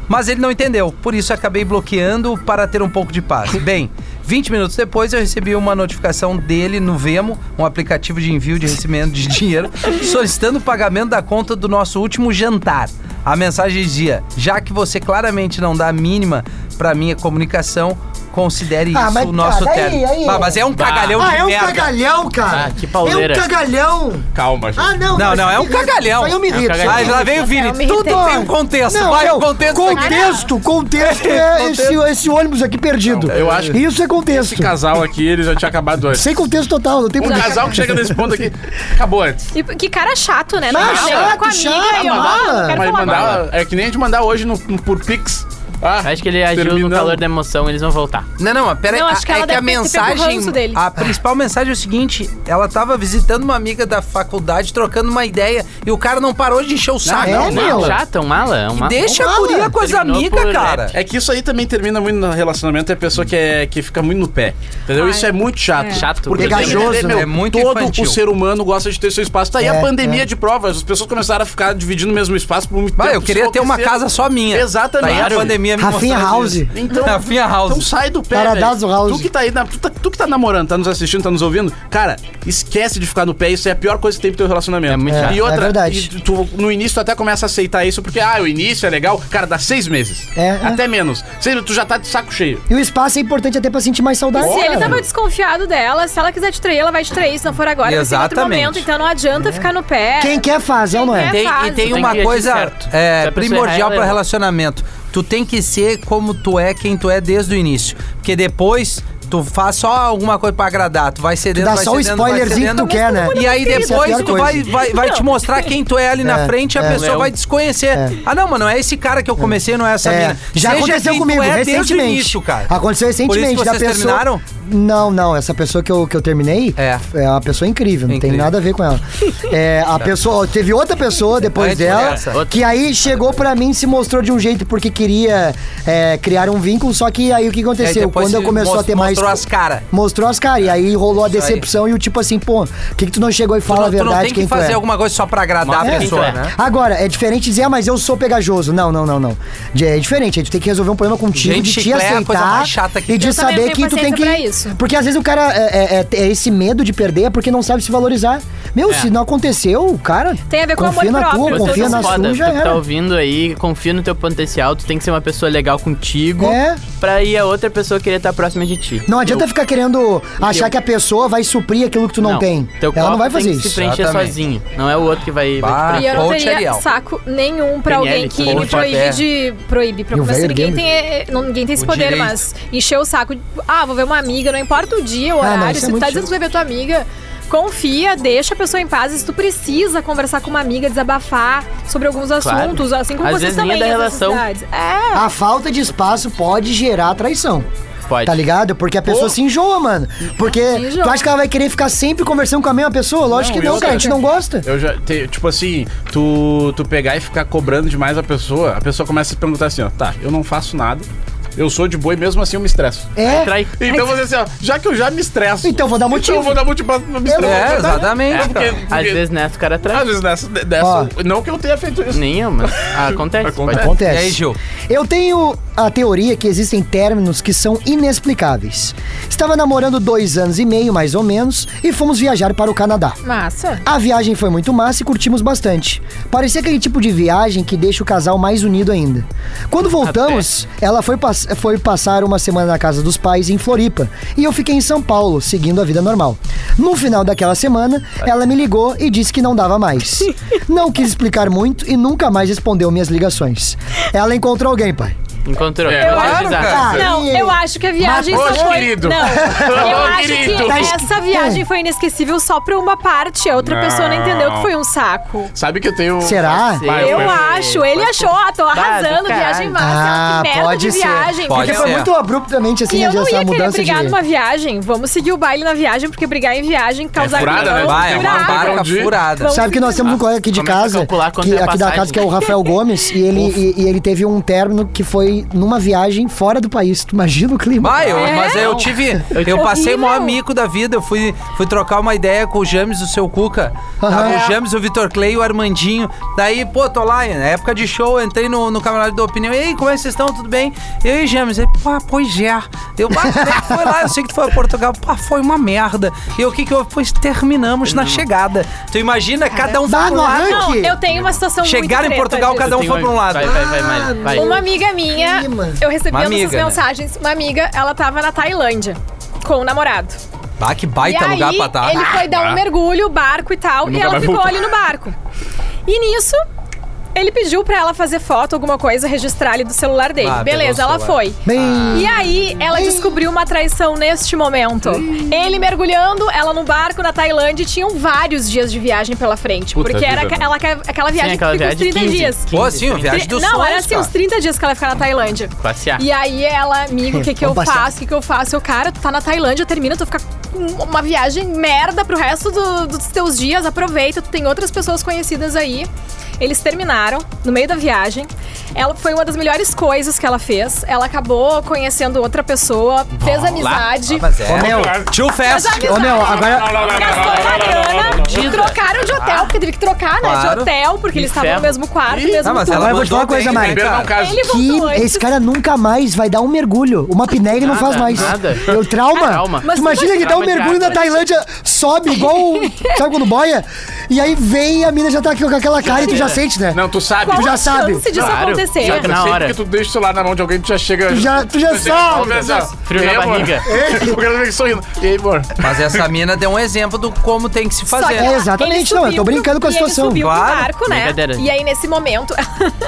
S2: Mas ele não entendeu, por isso acabei bloqueando para ter um pouco de paz. Bem, 20 minutos depois eu recebi uma notificação dele no Vemo, um aplicativo de envio de recebimento de dinheiro, solicitando o pagamento da conta do nosso último jantar. A mensagem dizia: "Já que você claramente não dá a mínima para minha comunicação, considere
S5: Ah,
S2: isso
S5: mas,
S2: o nosso
S5: cara, aí,
S2: término."
S5: aí.
S2: Bah, mas é um
S4: Bah.
S2: cagalhão
S5: Ah,
S2: de
S5: é um
S2: merda.
S5: cagalhão, cara.
S4: Ah, que pauleira.
S5: É um cagalhão.
S6: Calma, gente.
S5: Ah, não.
S2: Não,
S5: mas
S2: não, é um
S5: isso aí
S2: cagalhão.
S5: Eu me
S2: É
S4: um
S5: irrito.
S4: cagalhão.
S2: Mas lá vem o Vini,
S3: Eu me
S2: tudo
S3: irritei.
S2: tem um contexto.
S5: Não,
S2: Vai,
S5: é
S2: o contexto.
S5: Contexto, contexto é esse, esse ônibus aqui perdido.
S6: eu acho que
S5: Isso é contexto.
S6: Esse casal aqui, ele já tinha acabado antes.
S5: Sem contexto total, não tem
S6: Um
S5: porquê.
S6: casal que chega nesse ponto aqui, acabou antes.
S3: E que cara chato, né?
S5: Ah,
S3: chega
S5: chato,
S3: com a amiga
S5: chato,
S3: e ó,
S5: mala.
S3: não quero
S6: Mas
S3: falar
S6: mandar-
S3: nada.
S6: é que nem a gente mandar hoje no, no- por Pix. Ah,
S4: Acho que ele agiu
S6: terminamos.
S4: no calor da emoção, eles vão voltar.
S2: Não, não, mas pera aí.
S3: Não,
S2: a-
S3: acho que
S2: é
S3: ela
S2: que a
S3: deve ter pego o
S2: mensagem.
S3: ranço dele.
S2: A principal mensagem é o seguinte: ela tava visitando uma amiga da faculdade, trocando uma ideia, e o cara não parou de encher o saco.
S5: é,
S2: Não,
S5: meu.
S4: Mala. Chata, um mala? É um mala.
S2: Deixa a
S5: Fala.
S2: guria com as
S4: Terminou
S2: amigas,
S4: por-
S2: cara.
S6: É que isso aí também termina muito no relacionamento, é a pessoa que, é, que fica muito no pé. Entendeu?
S3: Ai.
S6: Isso é muito chato.
S3: É.
S4: Chato.
S6: Porque tem que
S5: Pegajoso,
S6: entender, meu,
S2: né? É muito
S6: todo
S2: infantil.
S6: o ser humano gosta de ter seu espaço. Tá aí
S5: É,
S6: a pandemia de provas. As pessoas começaram a ficar dividindo o mesmo espaço por muito
S2: Bah,
S6: tempo.
S2: eu queria ter uma casa só minha.
S6: Exatamente.
S2: Daí a pandemia me
S5: Rafinha
S2: mostrou
S5: House.
S2: isso.
S6: Então,
S2: Rafinha É House.
S6: Então sai do pé,
S5: Paradaso
S6: velho.
S5: House.
S6: Tu que tá aí, na- tu, tá- tu que tá namorando, tá nos assistindo, tá nos ouvindo, cara, esquece de ficar no pé, isso é a pior coisa que tem pro teu relacionamento.
S4: É muito chato.
S6: E outra,
S5: É verdade.
S6: e tu- no início tu até começa a aceitar isso, porque, ah, o início é legal, cara, dá seis meses.
S5: É, é.
S6: Até menos. Seja, tu já tá de saco cheio.
S5: E o espaço é importante até pra sentir mais saudade.
S3: Se ele
S5: cara.
S3: tava desconfiado dela, se ela quiser te trair, ela vai te trair. Se não for agora, vai ser em outro
S2: Exatamente.
S3: momento. Então não
S6: É.
S3: adianta ficar no pé.
S5: Quem quer faz, é ou não é?
S3: Quem
S2: Tem- e
S3: fase.
S2: tem
S3: Tu
S4: tem
S2: uma
S4: que agir
S2: coisa
S4: certo.
S2: é,
S4: Se a pessoa né? errar,
S2: primordial
S4: ela
S2: para
S4: errou.
S2: relacionamento. Tu tem que ser como tu é, quem tu é desde o início. Porque depois tu faz só alguma coisa pra agradar. Tu vai cedendo,
S5: dá
S2: vai
S5: só o
S2: cedendo, vai
S5: spoilerzinho que tu
S2: cedendo.
S5: quer, né?
S2: E aí
S5: Essa é a
S2: depois
S5: pior
S2: tu vai,
S5: coisa.
S2: vai, vai te
S3: Não.
S2: mostrar quem tu é ali na
S5: É,
S2: frente e a
S5: é.
S2: pessoa
S4: Não é
S2: vai
S4: o-
S2: desconhecer.
S5: É.
S2: Ah, não, mano, é esse cara que eu comecei, não é essa
S5: É,
S2: mina.
S5: já
S2: Seja
S5: aconteceu
S2: quem
S5: comigo,
S2: tu é desde o
S5: recentemente.
S2: início, cara.
S5: Aconteceu recentemente.
S2: Por isso que
S5: da
S2: vocês
S5: pessoa...
S2: terminaram?
S5: Não, não. Essa pessoa que eu, que eu terminei
S2: É.
S5: é uma pessoa incrível, não
S2: Incrível.
S5: tem nada a ver com ela. É, a pessoa. Teve outra pessoa depois
S2: Antes
S5: dela
S2: dessa.
S5: que aí chegou pra mim e se mostrou de um jeito porque queria é, criar um vínculo, só que aí o que
S2: E aí
S5: aconteceu?
S2: depois
S5: Quando eu
S2: se
S5: começou a ter
S2: mos-
S5: mais.
S2: Mostrou as caras.
S5: Mostrou as caras, e aí rolou a
S2: Isso aí.
S5: decepção e o tipo assim, pô, por que, que tu não chegou e
S2: Tu,
S5: fala
S2: não-
S5: a
S2: tu não
S5: verdade
S2: tem que
S5: quem tu
S2: fazer
S5: é?
S2: alguma coisa só pra agradar
S4: É.
S2: a pessoa,
S4: Quem tu é.
S2: né?
S5: Agora, é diferente dizer, ah, mas eu sou pegajoso. Não, não, não, não. De- É diferente, a gente tem que resolver um problema contigo,
S2: Gente,
S5: de te
S2: chiclete é a
S5: aceitar
S2: coisa mais chata que
S5: e
S2: tem.
S5: de
S3: Eu também
S5: saber
S3: não
S5: que
S3: tenho
S5: tu tem que...
S3: paciência pra isso.
S5: Porque às vezes o cara é, é- é- é esse medo de perder é porque não sabe se valorizar. Meu,
S2: É.
S5: se não aconteceu, cara,
S3: Tem a ver com
S5: confia
S3: amor
S5: na
S3: próprio.
S5: tua,
S3: Vocês
S5: confia
S3: são
S5: na
S4: é foda,
S5: sua, já
S4: tu que tá
S5: era.
S4: ouvindo aí, confia no teu potencial, tu tem que ser uma pessoa legal contigo
S5: É.
S4: pra ir a outra pessoa querer estar próxima de ti.
S5: Não adianta
S4: eu,
S5: ficar querendo achar
S4: eu-
S5: que a pessoa vai suprir aquilo que tu não, tem.
S4: Teu
S5: Ela não
S4: copo
S5: vai fazer
S4: tem que se
S5: isso.
S4: preencher
S2: Exatamente.
S4: sozinho, não é o outro que vai, vai
S2: Bah.
S4: te
S3: E eu não
S2: Coach
S3: teria
S2: Ariel.
S3: saco nenhum pra
S4: PNL,
S3: alguém que me
S2: coach
S3: proíbe
S2: até.
S3: de proíbe. Pra
S5: E o
S3: começar,
S5: velho
S3: ninguém
S5: game.
S3: tem, eh, não- ninguém tem esse
S2: O
S3: poder,
S2: direito.
S3: mas encher o saco. de- Ah, vou ver uma amiga, não importa o dia, o
S5: Ah, não,
S3: horário.
S5: isso é
S3: se tu
S5: muito
S3: tá dizendo que tu vai ver tua amiga, confia, deixa a pessoa em paz. E se tu precisa conversar com uma amiga, desabafar sobre alguns assuntos, assim como
S4: Às
S3: vocês
S4: vezes nem é
S3: também.
S4: da
S3: as
S4: relação.
S3: necessidades. É.
S5: A falta de espaço pode gerar traição.
S4: pegar. Pode.
S5: Tá ligado? Porque a pessoa se enjoa, mano. Porque
S3: enjoa.
S5: tu acha que ela vai querer ficar sempre conversando com a mesma pessoa? Lógico
S6: Não,
S5: que
S6: e
S5: não,
S6: outra-
S5: cara. A gente não gosta.
S6: Eu já, te- tipo assim, tu, tu pegar e ficar cobrando demais a pessoa, a pessoa começa a se perguntar assim, ó, tá, eu não faço nada, Eu sou de boi, mesmo assim eu me estresso.
S5: É?
S4: Trai.
S6: Então você assim, ó, já que eu já me estresso.
S5: Então vou dar motivo.
S6: Então eu vou dar motivo pra pra me
S5: É,
S6: estressar.
S2: É, exatamente.
S6: porque-
S2: cara.
S6: porque-
S4: Às vezes nessa o cara
S6: Às
S4: trai.
S6: vezes nessa, dessa-
S5: Ó.
S6: não que eu tenha feito isso.
S4: Nenhuma. Acontece.
S6: Acontece.
S4: pode-
S2: E
S5: Acontece.
S2: aí, Gil?
S5: Eu tenho a teoria que existem términos que são inexplicáveis. Estava namorando dois anos e meio, mais ou menos, e fomos viajar para o Canadá.
S3: Massa.
S5: A viagem foi muito massa e curtimos bastante. Parecia aquele tipo de viagem que deixa o casal mais unido ainda. Quando voltamos, ela foi, pass- foi passar uma semana na casa dos pais em Floripa e eu fiquei em São Paulo, seguindo a vida normal. No final daquela semana, ela me ligou e disse que não dava mais. não quis explicar muito e nunca mais respondeu minhas ligações. Ela encontrou alguém, pai.
S4: Encontrou.
S6: É,
S4: Vocês
S2: claro,
S4: avisaram.
S2: cara.
S5: Ah,
S3: Não,
S5: e-
S3: eu acho que a viagem
S6: Mas,
S3: só
S6: ô,
S3: foi...
S6: querido.
S3: Não, eu
S6: Ô,
S3: acho
S6: querido.
S3: que essa viagem foi inesquecível só pra uma parte. A outra pessoa não entendeu que foi um saco.
S6: Sabe que eu tenho.
S5: Será?
S2: Ah,
S4: Vai,
S6: Eu
S3: Eu
S6: foi-
S3: acho, ele
S4: foi-
S3: achou, ah, tô arrasando,
S4: caralho.
S3: viagem massa, é
S5: Ah,
S3: que merda
S5: pode
S3: de
S5: ser.
S3: viagem.
S2: Pode
S5: Porque
S2: ser.
S5: foi muito abruptamente assim
S3: E
S5: né,
S3: eu não
S5: essa
S3: ia querer
S5: mudança de.
S3: brigar numa viagem. Vamos seguir o baile na viagem, porque brigar em viagem causa
S6: furada,
S3: confusão,
S6: né?
S2: É Vai, é uma
S3: furada.
S2: barca
S6: Onde?
S2: furada.
S3: Vamos
S5: Sabe que nós
S3: seguir.
S5: temos um colega aqui de
S4: Começa a
S5: casa,
S4: calcular quanto
S5: que,
S4: é a
S5: aqui da
S4: passagem.
S5: casa, que é o Rafael Gomes, e ele, e, e ele teve um término que foi numa viagem fora do país. Tu imagina o clima?
S2: Vai, eu,
S3: É?
S2: mas eu tive. Eu passei o maior
S3: Horrível.
S2: mico da vida. Eu fui, fui trocar uma ideia com o James do seu Cuca. Tava
S5: Aham.
S2: o James, o Vitor Clay, o Armandinho. Daí, pô, tô lá, na época de show, eu entrei no, no camarote da opinião. E aí, como é que vocês estão? Tudo bem? Eu e James, ele, pô, pois é. Eu, pá, como é que foi lá, eu sei que tu foi a Portugal. Pá, foi uma merda. E o que que houve? Pois terminamos na chegada. Tu imagina, cada um
S5: Bah,
S2: foi pro
S5: no
S2: lado.
S5: arranque.
S3: Ah, Não, eu tenho uma situação
S2: Chegaram
S3: muito
S2: em
S3: treta
S2: Portugal,
S3: disso.
S2: cada um
S4: Tem
S2: foi pra um lado.
S4: Vai, vai, vai, Mari, vai.
S3: Uma amiga minha,
S5: Clima.
S3: eu recebi
S2: Uma
S3: essas
S2: amiga, né?
S3: mensagens. Uma amiga, ela tava na Tailândia com o namorado.
S2: Bah, que
S3: E
S2: baita
S3: aí,
S2: lugar pra tá.
S3: ele foi dar um mergulho, barco e tal, e
S6: Ah. Nunca
S3: ela
S6: vai
S3: ficou
S6: voltar.
S3: ali no barco. E nisso, ele pediu pra ela fazer foto, alguma coisa, registrar ali do celular dele.
S2: Ah, pegou
S3: Beleza,
S2: o
S3: ela
S2: celular.
S3: foi.
S5: Bem,
S3: E aí, ela descobriu uma traição neste momento. Ele mergulhando, ela no barco na Tailândia, e tinham vários dias de viagem pela frente.
S6: Puta
S3: porque era
S6: vida,
S3: aquela, aquela viagem
S4: aquela
S3: que fica
S4: viagem
S3: uns
S4: de
S3: 30
S4: 15.
S3: dias.
S2: Pô, assim, ó, viagem
S3: Tri-
S2: dos
S3: Não,
S2: sonhos,
S3: era assim,
S2: cara.
S3: uns 30 dias que ela ia ficar na Tailândia.
S4: Passear.
S3: E aí ela, amigo, o que, que eu
S5: Vamos passear.
S3: faço? O que, que eu faço? Eu, cara, tu tá na Tailândia, termina, tu fica com uma viagem merda pro resto do- dos teus dias, aproveita, tu tem outras pessoas conhecidas aí. Eles terminaram no meio da viagem. Ela foi uma das melhores coisas que ela fez. Ela acabou conhecendo outra pessoa, fez amizade.
S2: Mas é.
S5: Ô, meu.
S2: Tio
S3: Fez
S2: Fest.
S3: amizade.
S5: Ô meu, agora.
S3: Gastou uma grana, trocaram de hotel, porque teve que trocar, né?
S2: Ah. Claro.
S3: De hotel, porque eles estavam no
S4: Inferno.
S3: mesmo quarto,
S6: Ih,
S3: mesmo
S2: Ah, mas
S3: tudo.
S2: ela
S5: Agora eu vou te falar uma
S2: mandou
S5: coisa,
S2: bem,
S5: Mike.
S2: né,
S6: Primeiro não
S2: cara?
S6: caso.
S3: Ele voltou
S5: Que
S3: antes.
S5: esse cara nunca mais vai dar um mergulho. Uma apneia ele não
S4: Nada,
S5: faz mais.
S4: nada.
S5: Eu trauma.
S4: Trauma.
S5: Tu
S4: Mas
S5: imagina
S4: tu
S5: ele dar um
S4: trauma de
S5: mergulho na
S4: água.
S5: Tailândia, sobe igual. o- Sabe quando boia? E aí vem e a mina já tá aqui com aquela cara e tu já sente, né?
S6: Não, tu sabe.
S3: Qual
S5: Tu já
S3: a
S5: sabe.
S3: chance disso
S4: Claro.
S3: acontecer?
S4: Já- Na
S6: sempre
S4: hora.
S6: que tu deixa o celular na mão de alguém, tu já chega.
S5: Tu já- tu já né?
S6: chega e
S5: sabe.
S6: fala,
S5: Já-
S6: "Ó,
S4: frio
S6: e
S4: na
S6: aí, amor?"
S4: barriga.
S6: O cara vem sorrindo. E aí, amor?
S2: Mas essa mina deu um exemplo do como tem que se
S3: Só que
S2: fazer.
S5: É, exatamente,
S3: ele
S5: não, eu
S3: subiu
S5: tô brincando com a
S3: e ele
S5: situação.
S3: subiu pro
S2: Claro.
S3: barco, né?
S4: Brincadeira.
S3: E aí, nesse momento,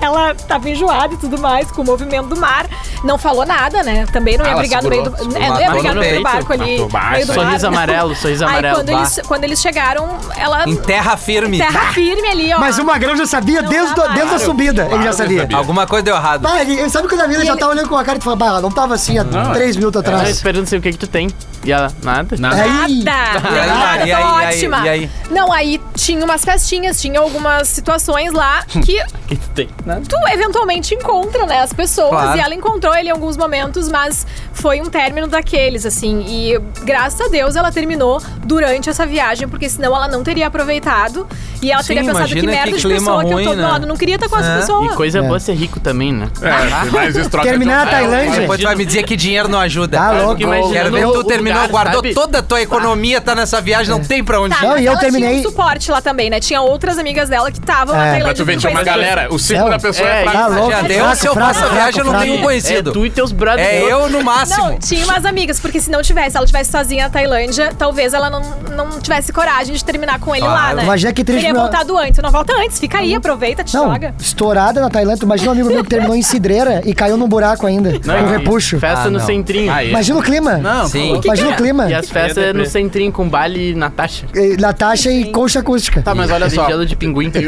S3: ela tava enjoada e tudo mais, com o movimento do mar. Não falou nada, né? Também não
S6: Ah,
S3: ia
S6: ela
S3: brigar no meio
S6: segurou,
S3: do...
S6: segurou.
S3: É, não ia
S2: Matou
S3: brigar
S4: no
S3: no meio do
S4: peito.
S3: barco ali.
S6: Matou baixo,
S3: no meio do
S4: Sorriso
S3: mar.
S4: amarelo, sorriso
S3: Aí,
S4: amarelo.
S3: quando eles, quando eles chegaram, ela...
S2: Em terra firme.
S3: Terra firme ali, ó.
S5: Mas o Magrão já sabia
S3: Não
S5: desde,
S3: dá
S5: do- desde a
S3: mais.
S5: subida. ele já
S6: Claro que
S5: sabia.
S6: sabia.
S2: Alguma coisa deu errado.
S5: Bah, ele, ele sabe quando a mina já
S3: ele-
S5: tá olhando com a cara e tu fala, bah, ela não tava assim há
S2: é.
S5: três minutos
S4: Ela
S5: atrás.
S4: esperando sei o que que tu tem. E ela, nada.
S6: Nada.
S3: Nada!
S5: Aí,
S2: e
S3: Nada,
S2: aí,
S3: tô
S2: e aí,
S3: ótima!
S2: e aí?
S3: Não, aí tinha umas festinhas, tinha algumas situações lá que
S4: O que tu tem? Nada.
S3: tu eventualmente encontra, né, as pessoas.
S2: Claro.
S3: E ela encontrou ele em alguns momentos, mas foi um término daqueles, assim. E graças a Deus ela terminou durante essa viagem, porque senão ela não teria aproveitado. E ela
S2: Sim,
S3: teria pensado que
S2: imagina
S3: merda
S2: que
S3: de
S2: clima
S3: pessoa que eu tô
S2: ruim, né?
S3: doando. Não queria estar com essa
S2: É.
S3: pessoa.
S4: E coisa boa ser rico também, né?
S6: É, tem mais isso, troca
S5: Ah,
S6: então.
S5: Terminar
S6: de-
S5: na Tailândia.
S2: Depois tu vai me dizer que dinheiro não ajuda.
S5: Tá louco.
S4: Fico imaginando
S2: Quero ver
S4: o
S2: tu
S4: lugar,
S2: terminou, guardou
S4: sabe?
S2: toda a tua economia, tá nessa viagem, não tem pra onde
S3: Tá,
S5: Não,
S2: ir.
S3: mas
S5: e eu
S3: ela
S5: terminei-
S3: tinha um suporte lá também, né? Tinha outras amigas dela que estavam
S5: É.
S3: na
S6: Mas
S3: Tailândia.
S6: tu vê, tinha uma
S3: conhecidas.
S6: galera. O círculo
S5: Céu.
S6: da pessoa
S4: É,
S6: é,
S5: tá
S6: fraco.
S5: louco.
S2: Já deu,
S5: fraco,
S2: se eu
S5: fraco,
S2: faço a
S5: fraco,
S2: viagem, eu não
S5: fraco.
S2: tenho
S4: É
S2: conhecido.
S4: tu e teus brothers.
S2: É eu no máximo.
S3: Não, tinha umas amigas, porque se não tivesse, se ela tivesse sozinha na Tailândia, talvez ela não, não tivesse coragem de terminar com ele lá,
S2: Claro.
S3: né?
S5: Imagina é que triste
S3: Teria
S5: pra-
S3: voltado antes. Não volta antes, fica aí, aproveita, te
S5: Não,
S3: joga.
S5: estourada na Tailândia. Tu Imagina um amigo meu que terminou em cidreira e caiu num buraco ainda.
S4: Não,
S5: com
S4: e-
S5: repuxo.
S4: Festa
S2: Ah,
S4: no
S2: não.
S4: centrinho.
S6: Aí.
S5: Imagina o clima.
S6: Não,
S2: Sim.
S5: Imagina o clima.
S4: E as festas é no centrinho com baile e Natasha.
S5: Eh, Natasha e concha acústica.
S6: Tá, mas olha
S4: Aquele
S6: só.
S4: gelo de pinguim. tá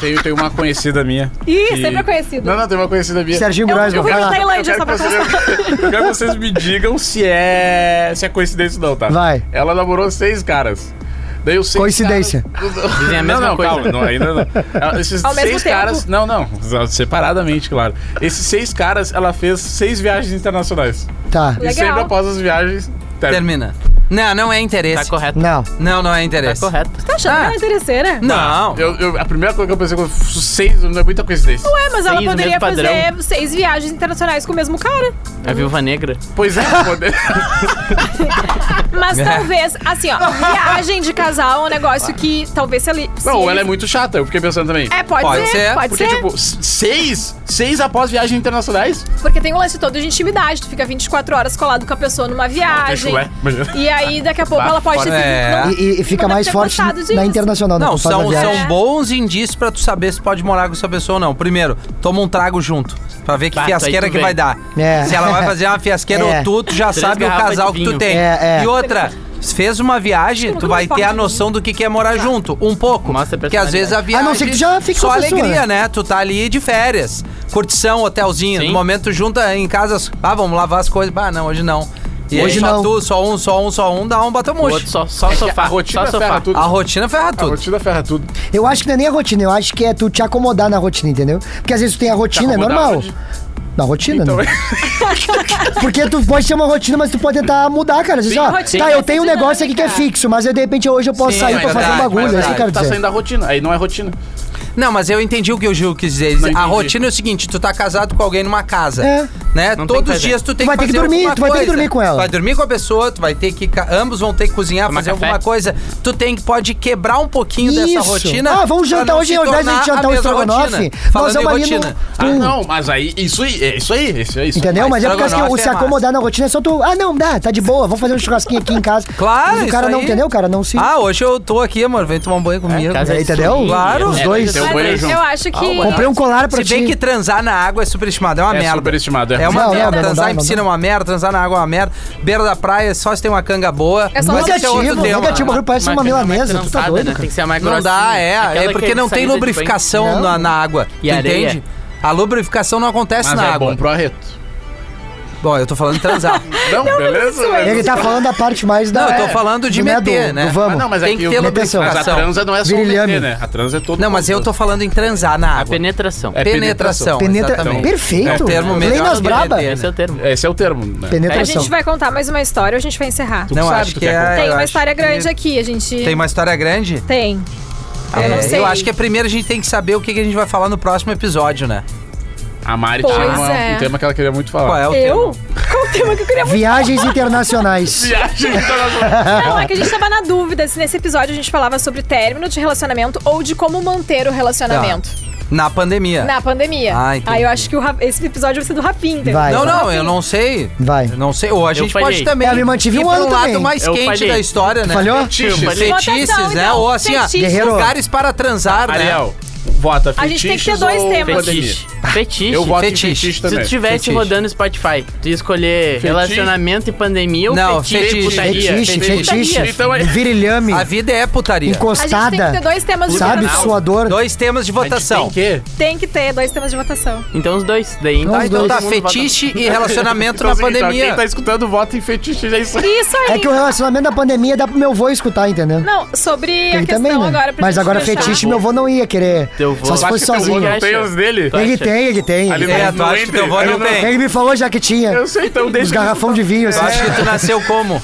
S6: Tem, tem, tem uma conhecida minha.
S3: Ih,
S6: que-
S3: sempre é conhecido.
S6: Não, não, tem uma conhecida minha.
S5: Serginho Ah,
S3: Eu-
S5: Gross,
S3: eu
S5: vai
S3: vou
S5: lá.
S3: botar ele- Tailândia,
S6: eu quero
S3: só
S6: que
S3: pra
S6: vocês- eu quero que vocês me digam se é. se é coincidência ou não, tá?
S5: Vai.
S6: Ela namorou seis caras. Daí os seis
S5: Coincidência.
S6: caras-
S4: Dizem a mesma
S6: não, não,
S4: coisa.
S6: calma, não, ainda não. Ela- Esses
S3: Ao mesmo
S6: seis
S3: tempo.
S6: caras. Não, não, separadamente, claro. Esses seis caras, ela fez seis viagens internacionais.
S5: Tá.
S6: E
S3: Legal.
S6: sempre após as viagens. termina.
S2: Termina. Não, não é
S4: Tá
S2: interesse.
S4: correto.
S5: Não.
S2: não, não é
S4: Tá
S2: interesse.
S4: correto.
S3: Tá achando
S2: Ah.
S3: que ela é interesseira?
S2: Não.
S6: Eu, eu- a primeira coisa que eu pensei quando eu f- seis, não é muita coincidência.
S3: Ué, mas ela
S4: Seis no
S3: poderia
S4: mesmo padrão.
S3: fazer seis viagens internacionais com o mesmo cara.
S4: É A viúva negra.
S6: Pois é, poder.
S3: Mas talvez, assim, ó, viagem de casal é um negócio que talvez se ele. se
S6: Não,
S3: ele-
S6: ela é muito chata, eu fiquei pensando também.
S3: É, pode,
S2: Pode
S3: ser,
S2: ser,
S3: pode
S6: Porque,
S3: ser.
S6: tipo, s- seis? Seis após viagens internacionais?
S3: Porque tem um lance todo de intimidade. Tu fica 24 horas colado com a pessoa numa viagem.
S6: Ué, é, imagina.
S3: E aí, daqui a pouco,
S6: Bah,
S3: ela pode ter
S6: fora-
S2: É.
S3: sido.
S5: E, e- e fica
S3: Não deve
S5: mais
S3: ter
S5: forte
S3: gostado disso.
S5: na internacional.
S2: Não,
S5: Não, faz a
S2: são,
S5: viagem.
S2: são bons indícios pra tu saber se pode morar com essa pessoa ou não. Primeiro, toma um trago junto, pra ver que
S4: Bah,
S2: fiasqueira
S4: aí tu
S2: que
S4: vê.
S2: vai dar.
S5: É.
S2: Se ela vai fazer uma fiasqueira
S5: É.
S2: ou tu, tu já
S4: Três
S2: sabe o
S4: garrafas de
S2: casal que tu
S4: vinho.
S2: tem.
S5: É, é.
S2: E outra, se fez uma viagem,
S3: Acho que
S2: tu
S3: eu
S2: vai
S3: nunca
S2: ter
S3: me
S2: a
S3: falo
S2: noção do que que é morar
S3: Tá.
S2: junto. Um pouco.
S4: Mostra a
S2: Porque às vezes a viagem...
S5: A Ah, não ser que tu já fique
S2: Só
S5: com a pessoa,
S2: alegria, né? Tu tá ali de férias. Curtição, hotelzinho.
S4: Sim.
S2: No momento, tu junta em casa... Ah, vamos lavar as coisas. Ah, não, hoje não. E
S5: Hoje
S2: aí, só
S5: não.
S2: tu, só um, só um, só um, dá um
S4: O
S2: batamuxo.
S4: outro só, só
S6: É que
S4: sofá.
S6: A rotina
S4: só
S6: ferra
S4: sofá.
S6: tudo.
S2: A rotina ferra
S6: A
S2: tudo.
S6: rotina ferra tudo.
S5: Eu acho que não é nem a rotina, eu acho que é tu te acomodar na rotina, entendeu? Porque às vezes tu tem a rotina, é
S6: acomodar
S5: normal.
S6: onde?
S5: Na rotina,
S6: Então,
S5: né?
S2: é.
S5: Porque tu pode ter uma rotina, mas tu pode tentar mudar, cara. Às vezes, ó,
S3: rotina
S5: tá,
S3: é
S5: eu
S3: essa
S5: tenho um
S3: dinâmica.
S5: negócio aqui que é fixo, mas aí, de repente hoje eu posso
S2: Sim,
S5: sair
S2: é
S5: pra fazer um
S2: verdade,
S5: bagulho, é isso que eu
S2: verdade.
S5: quero
S6: tá
S5: dizer.
S6: saindo da rotina. Aí não é rotina.
S2: Não, mas eu entendi o que o Gil quis dizer.
S6: Não
S2: a
S6: entendi.
S2: rotina é o seguinte: tu tá casado com alguém numa casa.
S5: É.
S2: Né?
S4: Não tem que
S2: Todos os
S4: fazer.
S2: dias tu tem
S5: Tu vai
S2: que
S5: ter que
S2: fazer
S5: dormir,
S2: alguma
S5: tu vai ter que
S2: coisa.
S5: dormir com ela.
S2: Tu vai dormir com a pessoa, tu vai ter que. ca- Ambos vão ter que cozinhar,
S4: Tomar
S2: fazer
S4: café.
S2: alguma coisa. Tu tem que pode quebrar um pouquinho dessa
S5: Isso.
S2: rotina.
S5: Ah, vamos
S2: pra
S5: jantar
S2: não
S5: hoje,
S2: se
S5: ao invés de
S2: tornar a
S5: jantar o
S2: mesma
S5: estrogonofe,
S2: rotina.
S5: nós é
S2: Falando em
S5: vamos ali no-
S2: rotina.
S6: Ah,
S5: Hum.
S6: não, mas aí, isso aí, é isso aí, isso aí. Isso aí.
S5: Entendeu?
S2: Mas
S5: Mas é por causa que o
S2: estrogonofe
S5: se
S2: é massa.
S5: acomodar na rotina é só tu. Ah, não, dá, tá de boa, vamos fazer um churrasquinho aqui em casa.
S2: Claro,
S5: Mas o
S2: isso
S5: cara não,
S2: aí.
S5: entendeu? O cara não se. é,
S2: Ah, hoje eu tô aqui, amor. Vem tomar um banho comigo.
S4: Casa de
S5: entendeu?
S4: swing,
S2: Claro.
S5: Os
S4: é,
S5: dois.
S4: coisa
S6: Tem um
S4: de
S3: Mas
S6: banheiro
S4: swim.
S6: junto.
S3: eu acho que.
S5: Comprei um colar pra
S2: Se bem
S5: ti.
S2: que transar na água é superestimado, é uma
S6: É
S2: merda.
S6: superestimado, é.
S2: É uma
S5: Não, não,
S2: merda.
S5: não, não
S2: transar
S5: dá,
S2: em
S5: não
S2: piscina
S5: dá.
S2: é uma merda, transar na água é uma merda. Beira da praia, só se tem uma canga boa.
S3: É só
S2: Mas
S3: uma
S2: esse é outro
S5: Negativo,
S2: tema.
S5: negativo. Tipo, parece uma
S4: cana
S5: milanesa,
S4: mais
S5: tu tá
S4: trançada,
S5: doido,
S4: né?
S5: cara?
S4: Tem que ser a mais
S2: Não
S4: grossinha.
S2: dá, é. É
S4: Aquela que
S2: porque não tem
S4: saída de
S2: lubrificação
S5: banho.
S2: na, na água.
S4: E
S2: tu
S4: areia.
S2: entende? A lubrificação não acontece
S6: Mas
S2: na
S6: é
S2: água.
S6: bom pro arreto.
S2: Bom, eu tô falando de transar.
S6: Não, beleza?
S3: é
S5: Ele tá falando a parte mais da.
S2: Não, eu tô
S5: é,
S2: falando de
S5: do
S2: meter,
S5: do-
S2: né?
S5: do
S6: Mas
S5: vamos.
S6: não, mas
S2: Tem
S6: é
S2: que ter
S6: o-
S5: lubrificação.
S6: Mas a transa não é só um
S5: Virilhame.
S6: meter, né? A transa é todo
S2: não, mas eu tô falando em transar na
S4: A
S2: água.
S4: penetração.
S6: É
S2: Penetração.
S5: Penetra...
S2: exatamente.
S5: Perfeito.
S2: É o termo
S5: Lei
S2: melhor
S5: nas
S2: do que
S5: brabas.
S2: meter.
S4: Esse é o termo.
S6: Esse é o termo, né?
S3: A
S5: Penetração.
S3: gente vai contar mais uma história, a gente vai encerrar.
S6: Tu
S2: Não,
S6: sabe,
S2: acho
S6: tu
S2: que
S6: quer
S2: é.
S6: contar.
S2: eu
S3: Tem uma
S2: acho
S3: história
S2: que-
S3: grande aqui, a gente.
S2: Tem uma história grande?
S3: Tem.
S2: É,
S3: eu não sei.
S2: eu acho que é primeiro a gente tem que saber o que que a gente vai falar no próximo episódio, né?
S6: A Mari
S3: Pois
S6: tinha uma-
S3: é.
S6: um tema que ela queria muito
S2: Qual
S6: falar.
S2: é o
S3: Eu?
S2: tema?
S3: Qual o tema que eu queria muito?
S5: Viagens internacionais.
S6: Viagem internacional.
S3: Não, é que a gente tava na dúvida se nesse episódio a gente falava sobre término de relacionamento ou de como manter o relacionamento
S2: Na
S5: Tá,
S2: pandemia.
S3: na pandemia.
S2: Ah, entendi.
S3: Aí eu acho que o Ra- esse episódio vai ser do Rafinha, entendeu?
S5: Vai.
S2: Não, não, eu não sei.
S5: Vai.
S2: Eu Não sei. Ou a gente pode
S4: falhei.
S2: também.
S5: É, me mantive
S2: ir
S5: um
S2: pra
S5: ano
S2: um lado
S5: também.
S2: mais
S4: Eu
S2: quente
S4: falhei.
S2: da história, né?
S5: Falhou?
S6: Fetiches.
S2: Fetiches,
S3: Votação,
S2: né?
S3: então.
S2: Ou assim, ó,
S3: Fetiches.
S5: Guerreiro.
S2: lugares para transar, né?
S6: Ariel, vota
S3: A
S6: fetiches
S3: gente tem que ter dois
S6: ou
S3: temas.
S6: pandemia?
S4: Fetiche. Fetiche.
S6: Eu voto em
S2: Fetiche.
S6: fetiche
S4: Se
S6: também.
S4: tu tivesse
S2: Fetiche.
S4: rodando Spotify, tu ia escolher relacionamento e pandemia ou
S2: Não,
S4: fetiche,
S2: fetiche.
S5: É
S4: putaria?
S5: Fetiche, fetiche.
S4: Putaria.
S6: Então é-
S5: Virilhame.
S2: A vida é
S5: Um
S2: putaria.
S3: A gente tem que ter
S5: Encostada.
S3: dois temas de
S5: Sabe,
S3: votação.
S5: suador.
S2: Dois temas de votação.
S6: Tem que?
S3: Tem que ter dois temas de votação.
S4: Então os dois. Daí, então,
S5: os
S2: Tá, então
S5: dois.
S2: tá,
S4: todo mundo vota-
S2: fetiche e relacionamento
S6: Então,
S2: na
S6: assim, então, Quem
S2: pandemia. É,
S6: tá escutando, vota em fetiche. É isso aí.
S3: Isso aí.
S5: É que o relacionamento da pandemia dá pro meu vô escutar, entendeu?
S3: Não, sobre a
S5: Tem
S3: questão
S5: também, né?
S3: agora pra
S5: Mas
S3: gente
S5: agora
S3: fechar.
S5: fetiche meu vô não ia querer.
S4: Teu vô.
S5: Só se
S4: Eu acho
S6: que
S5: fosse
S6: teu vô
S5: sozinho.
S6: não tem os dele.
S4: Tá.
S5: Ele
S4: acha?
S5: tem, ele tem.
S6: Ali
S5: Ele,
S2: É,
S6: não
S2: tu acha que
S6: entra,
S2: teu vô
S6: ele
S2: não
S6: não-
S2: tem.
S5: ele me falou já que tinha.
S6: Eu sei, então
S5: Os
S6: deixa.
S5: garrafão de vinho,
S2: Tu
S5: assim.
S2: acha que tu nasceu como?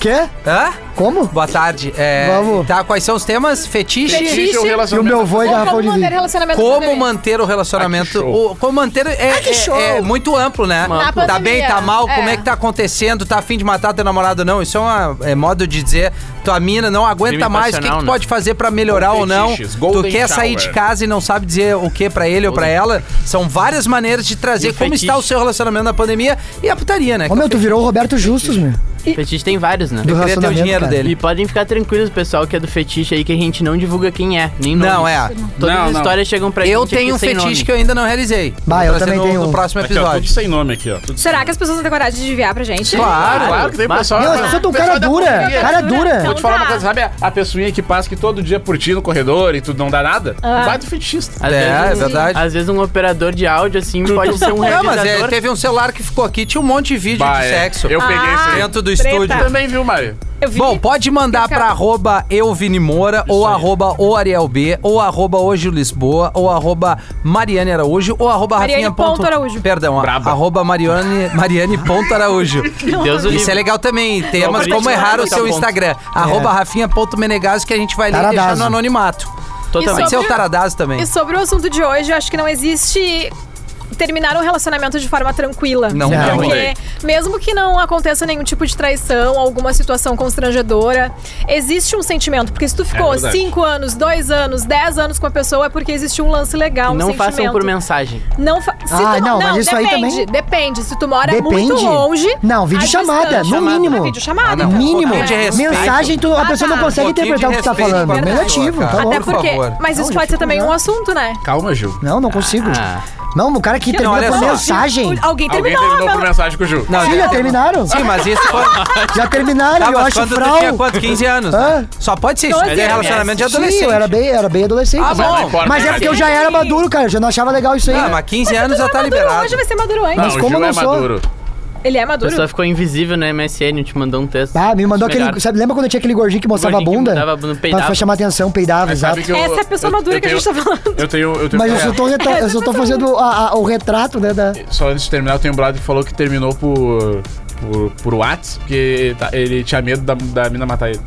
S5: Quê?
S2: Hã?
S5: Como?
S2: Boa tarde. É,
S5: Vamos.
S2: Tá, quais são os temas? Fetiche.
S3: Fetiche.
S6: Fetiche é um
S5: E o
S6: relacionamento.
S5: meu vô é
S3: Ou
S5: garrafão
S3: como
S5: de
S3: manter
S5: vinho.
S3: relacionamento
S2: Como
S3: também.
S2: manter o relacionamento?
S6: Ah, que show.
S2: o, como manter é,
S3: que
S2: é-
S3: show.
S2: é muito amplo, né?
S4: Na
S2: tá
S3: pandemia,
S2: bem, tá mal, como
S3: é.
S2: é que tá acontecendo? Tá afim de matar teu namorado ou não? Isso é, uma, é modo de dizer. Tua mina não aguenta
S4: Crime
S2: mais. O que, que tu
S4: passional, né?
S2: pode fazer pra melhorar
S6: Ou
S2: ou não?
S6: fetiches, golden
S2: Tu quer sair de
S6: shower.
S2: casa e não sabe dizer o que pra ele ou pra ela? São várias maneiras de trazer
S4: E o
S2: como
S4: fetiche?
S2: está o seu relacionamento na pandemia e a putaria, né?
S5: Ô meu, tu virou o Roberto Justus, meu.
S4: Fetiche tem vários, né?
S5: Do
S2: queria ter o
S5: relacionamento.
S2: dinheiro
S5: cara.
S2: dele.
S4: E podem ficar tranquilos, pessoal, que é do fetiche aí, que a gente não divulga quem é, nem nome.
S2: Não, é.
S4: Todas
S6: Não,
S4: as
S6: não.
S4: histórias chegam pra
S2: Eu
S4: gente aqui
S2: tenho um
S4: sem
S2: fetiche
S4: nome.
S2: que eu ainda não realizei.
S5: Bah,
S2: Vou
S5: eu
S2: trazer
S5: também
S2: no,
S5: tenho
S2: no
S5: um.
S2: próximo
S6: Aqui, ó, tudo
S2: episódio.
S6: sem nome aqui, ó. Tudo-
S3: Será que as pessoas vão ter coragem de enviar pra gente?
S2: Claro.
S6: Claro que tem
S4: Mas-
S6: Ah, pessoal.
S5: Meu,
S6: mas-
S5: eu sou um cara dura, cara dura.
S6: Vou te falar uma coisa, sabe a, a pessoinha que passa que todo dia por ti no corredor e tu não dá nada?
S3: Ah.
S6: Vai do fetichista.
S4: Às
S2: É,
S4: vezes,
S2: é verdade.
S4: Às vezes um operador de áudio, assim, pode ser um
S2: Não, mas é,
S4: realizador.
S2: teve um celular que ficou aqui, tinha um monte de vídeo
S6: Bah,
S2: de
S6: é.
S2: sexo.
S6: Eu peguei isso aí.
S2: dentro do estúdio.
S6: Tu também viu, Mário?
S3: Eu vi.
S2: Bom, pode mandar
S3: Fica-
S2: pra arroba euvinimora, ou arroba o Ariel B, ou arroba hoje o Lisboa, ou arroba Mariane Araújo, ou arroba
S3: Mariane
S2: Rafinha ponto-
S3: ponto Araújo.
S2: Perdão, a-
S6: Braba.
S2: arroba Mariane, Mariane ponto Araújo.
S4: Deus
S2: Isso
S4: o livre.
S2: é legal também, temas
S4: Não,
S2: como
S4: não,
S2: errar
S4: não,
S2: o seu
S4: ponto.
S6: É.
S2: Instagram, arroba rafinha.menegaso, que a gente vai ler e deixar
S5: Taradazo.
S2: no anonimato.
S4: Totalmente.
S2: Pode ser o
S3: sobre-
S2: Taradazo também.
S3: E sobre o assunto de hoje, eu acho que não existe terminar um relacionamento de forma tranquila.
S2: Não, é.
S5: Não.
S3: Porque mesmo que não aconteça nenhum tipo de traição, alguma situação constrangedora, existe um sentimento. Porque se tu
S2: É
S3: ficou
S6: verdade.
S3: cinco anos, dois anos, dez anos com a pessoa, é porque existe um lance
S2: é
S3: legal,
S4: E
S3: um
S4: não
S3: sentimento.
S4: façam por mensagem.
S3: Não fa... se
S5: Ah,
S3: tu...
S5: não, mas isso aí
S3: depende,
S5: também-
S3: Depende, se tu mora muito
S5: Depende.
S3: longe...
S5: Não,
S3: a
S5: videochamada,
S3: distância-
S5: no
S3: chamada.
S5: mínimo.
S3: Ah, videochamada,
S2: Ah, não.
S3: então.
S5: Mínimo.
S2: Um pouquinho de respeito.
S5: Mensagem, tu,
S3: Ah,
S5: a pessoa
S3: tá.
S5: não consegue
S2: Um pouquinho
S5: interpretar o
S2: de
S5: que tu tá
S2: respeito
S5: falando.
S2: com a pessoa,
S5: Negativo, tá
S2: cara.
S5: louco.
S3: Até
S2: Por
S3: porque...
S2: favor.
S3: Mas isso
S5: Não,
S3: pode
S5: gente,
S3: ser também
S5: não.
S3: um assunto, né?
S6: Calma, Ju.
S5: Não, não consigo.
S4: Ah.
S5: Não, o cara que terminou
S2: olha
S5: por
S2: só.
S5: mensagem.
S3: Alguém
S6: Alguém
S3: terminou,
S6: terminou
S3: pelo-
S6: por mensagem com o Ju.
S2: Não,
S5: Sim, já terminaram?
S2: Sim, mas isso foi...
S5: Já terminaram,
S2: Tá,
S5: eu
S2: mas
S5: acho
S2: quando tu tinha
S5: frau.
S2: quanto? 15 anos? né?
S5: Hã?
S2: Só pode ser isso.
S3: Doze
S2: Mas é
S3: anos.
S2: relacionamento de adolescente.
S5: Sim, eu era bem, era bem adolescente.
S2: Ah, bom.
S6: Não importa,
S5: Mas é
S6: cara.
S5: porque eu já era maduro, cara. Eu já não achava legal isso aí.
S2: Não, mas 15 anos já tá
S3: Maduro
S2: liberado.
S3: hoje vai ser maduro antes.
S6: Não,
S5: Mas
S6: o
S5: como
S6: Gil
S5: eu
S6: é
S5: não sou?
S6: maduro.
S3: Ele é
S4: A
S3: maduro?
S4: pessoa ficou invisível no MSN, te mandou um texto.
S5: Ah, me mandou
S4: Melhor.
S5: aquele. Sabe, lembra quando eu tinha aquele gordinho que mostrava
S4: Gordinho que
S5: a
S4: mudava
S5: bunda?
S4: a bunda, peidava.
S5: pra chamar atenção, peidava,
S6: Mas
S5: exato.
S6: sabe que eu-
S3: Essa é a pessoa
S6: eu-
S3: madura
S6: eu
S3: que a gente
S6: tenho-
S3: tá falando.
S6: Eu tenho. Eu tenho
S5: Mas eu
S6: é,
S5: só tô, retra- eu só tô fazendo a- a- o retrato, né? Da...
S6: Só antes de terminar, tem um brother que falou que terminou por. Por, por Whats, porque tá- ele tinha medo da, da mina matar ele.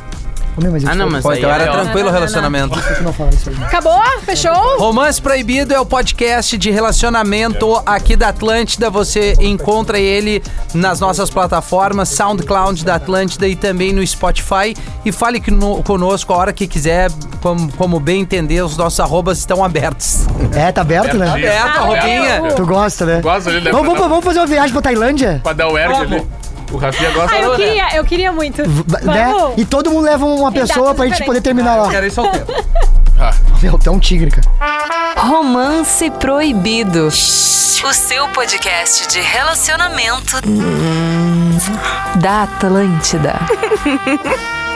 S5: Ô, meu, mas eu
S4: Ah,
S5: te
S4: não,
S5: falo,
S4: mas
S2: Pô,
S4: aí
S2: então
S4: é
S2: era
S4: legal.
S2: tranquilo
S3: Não, não, não,
S2: o relacionamento.
S5: por que tu não fala isso aí?
S3: Acabou? Fechou?
S2: Romance Proibido é o podcast de relacionamento aqui da Atlântida. Você encontra ele nas nossas plataformas, SoundCloud da Atlântida e também no Spotify. E fale que no- conosco a hora que quiser, como, como bem entender, os nossos arrobas estão abertos.
S5: É, tá aberto, né?
S6: Aberto.
S2: Aberto,
S3: Ah,
S2: arrobinha.
S3: eu-
S5: Tu gosta, né?
S6: Gosta dele, né?
S5: Vamos, vamos, vamos fazer uma viagem pra Tailândia?
S6: Pra dar o erg
S2: Vamos.
S6: ali. O Rafinha gosta
S3: Ah, eu
S6: né?
S3: queria, eu queria muito.
S5: V- Né?
S3: Vamos.
S5: E todo mundo leva uma pessoa
S3: datas
S5: pra gente
S3: diferentes.
S5: poder terminar lá.
S2: Quero ir solteiro.
S5: Meu, tá um tigre, cara.
S1: Romance Proibido. O seu podcast de relacionamento da Atlântida.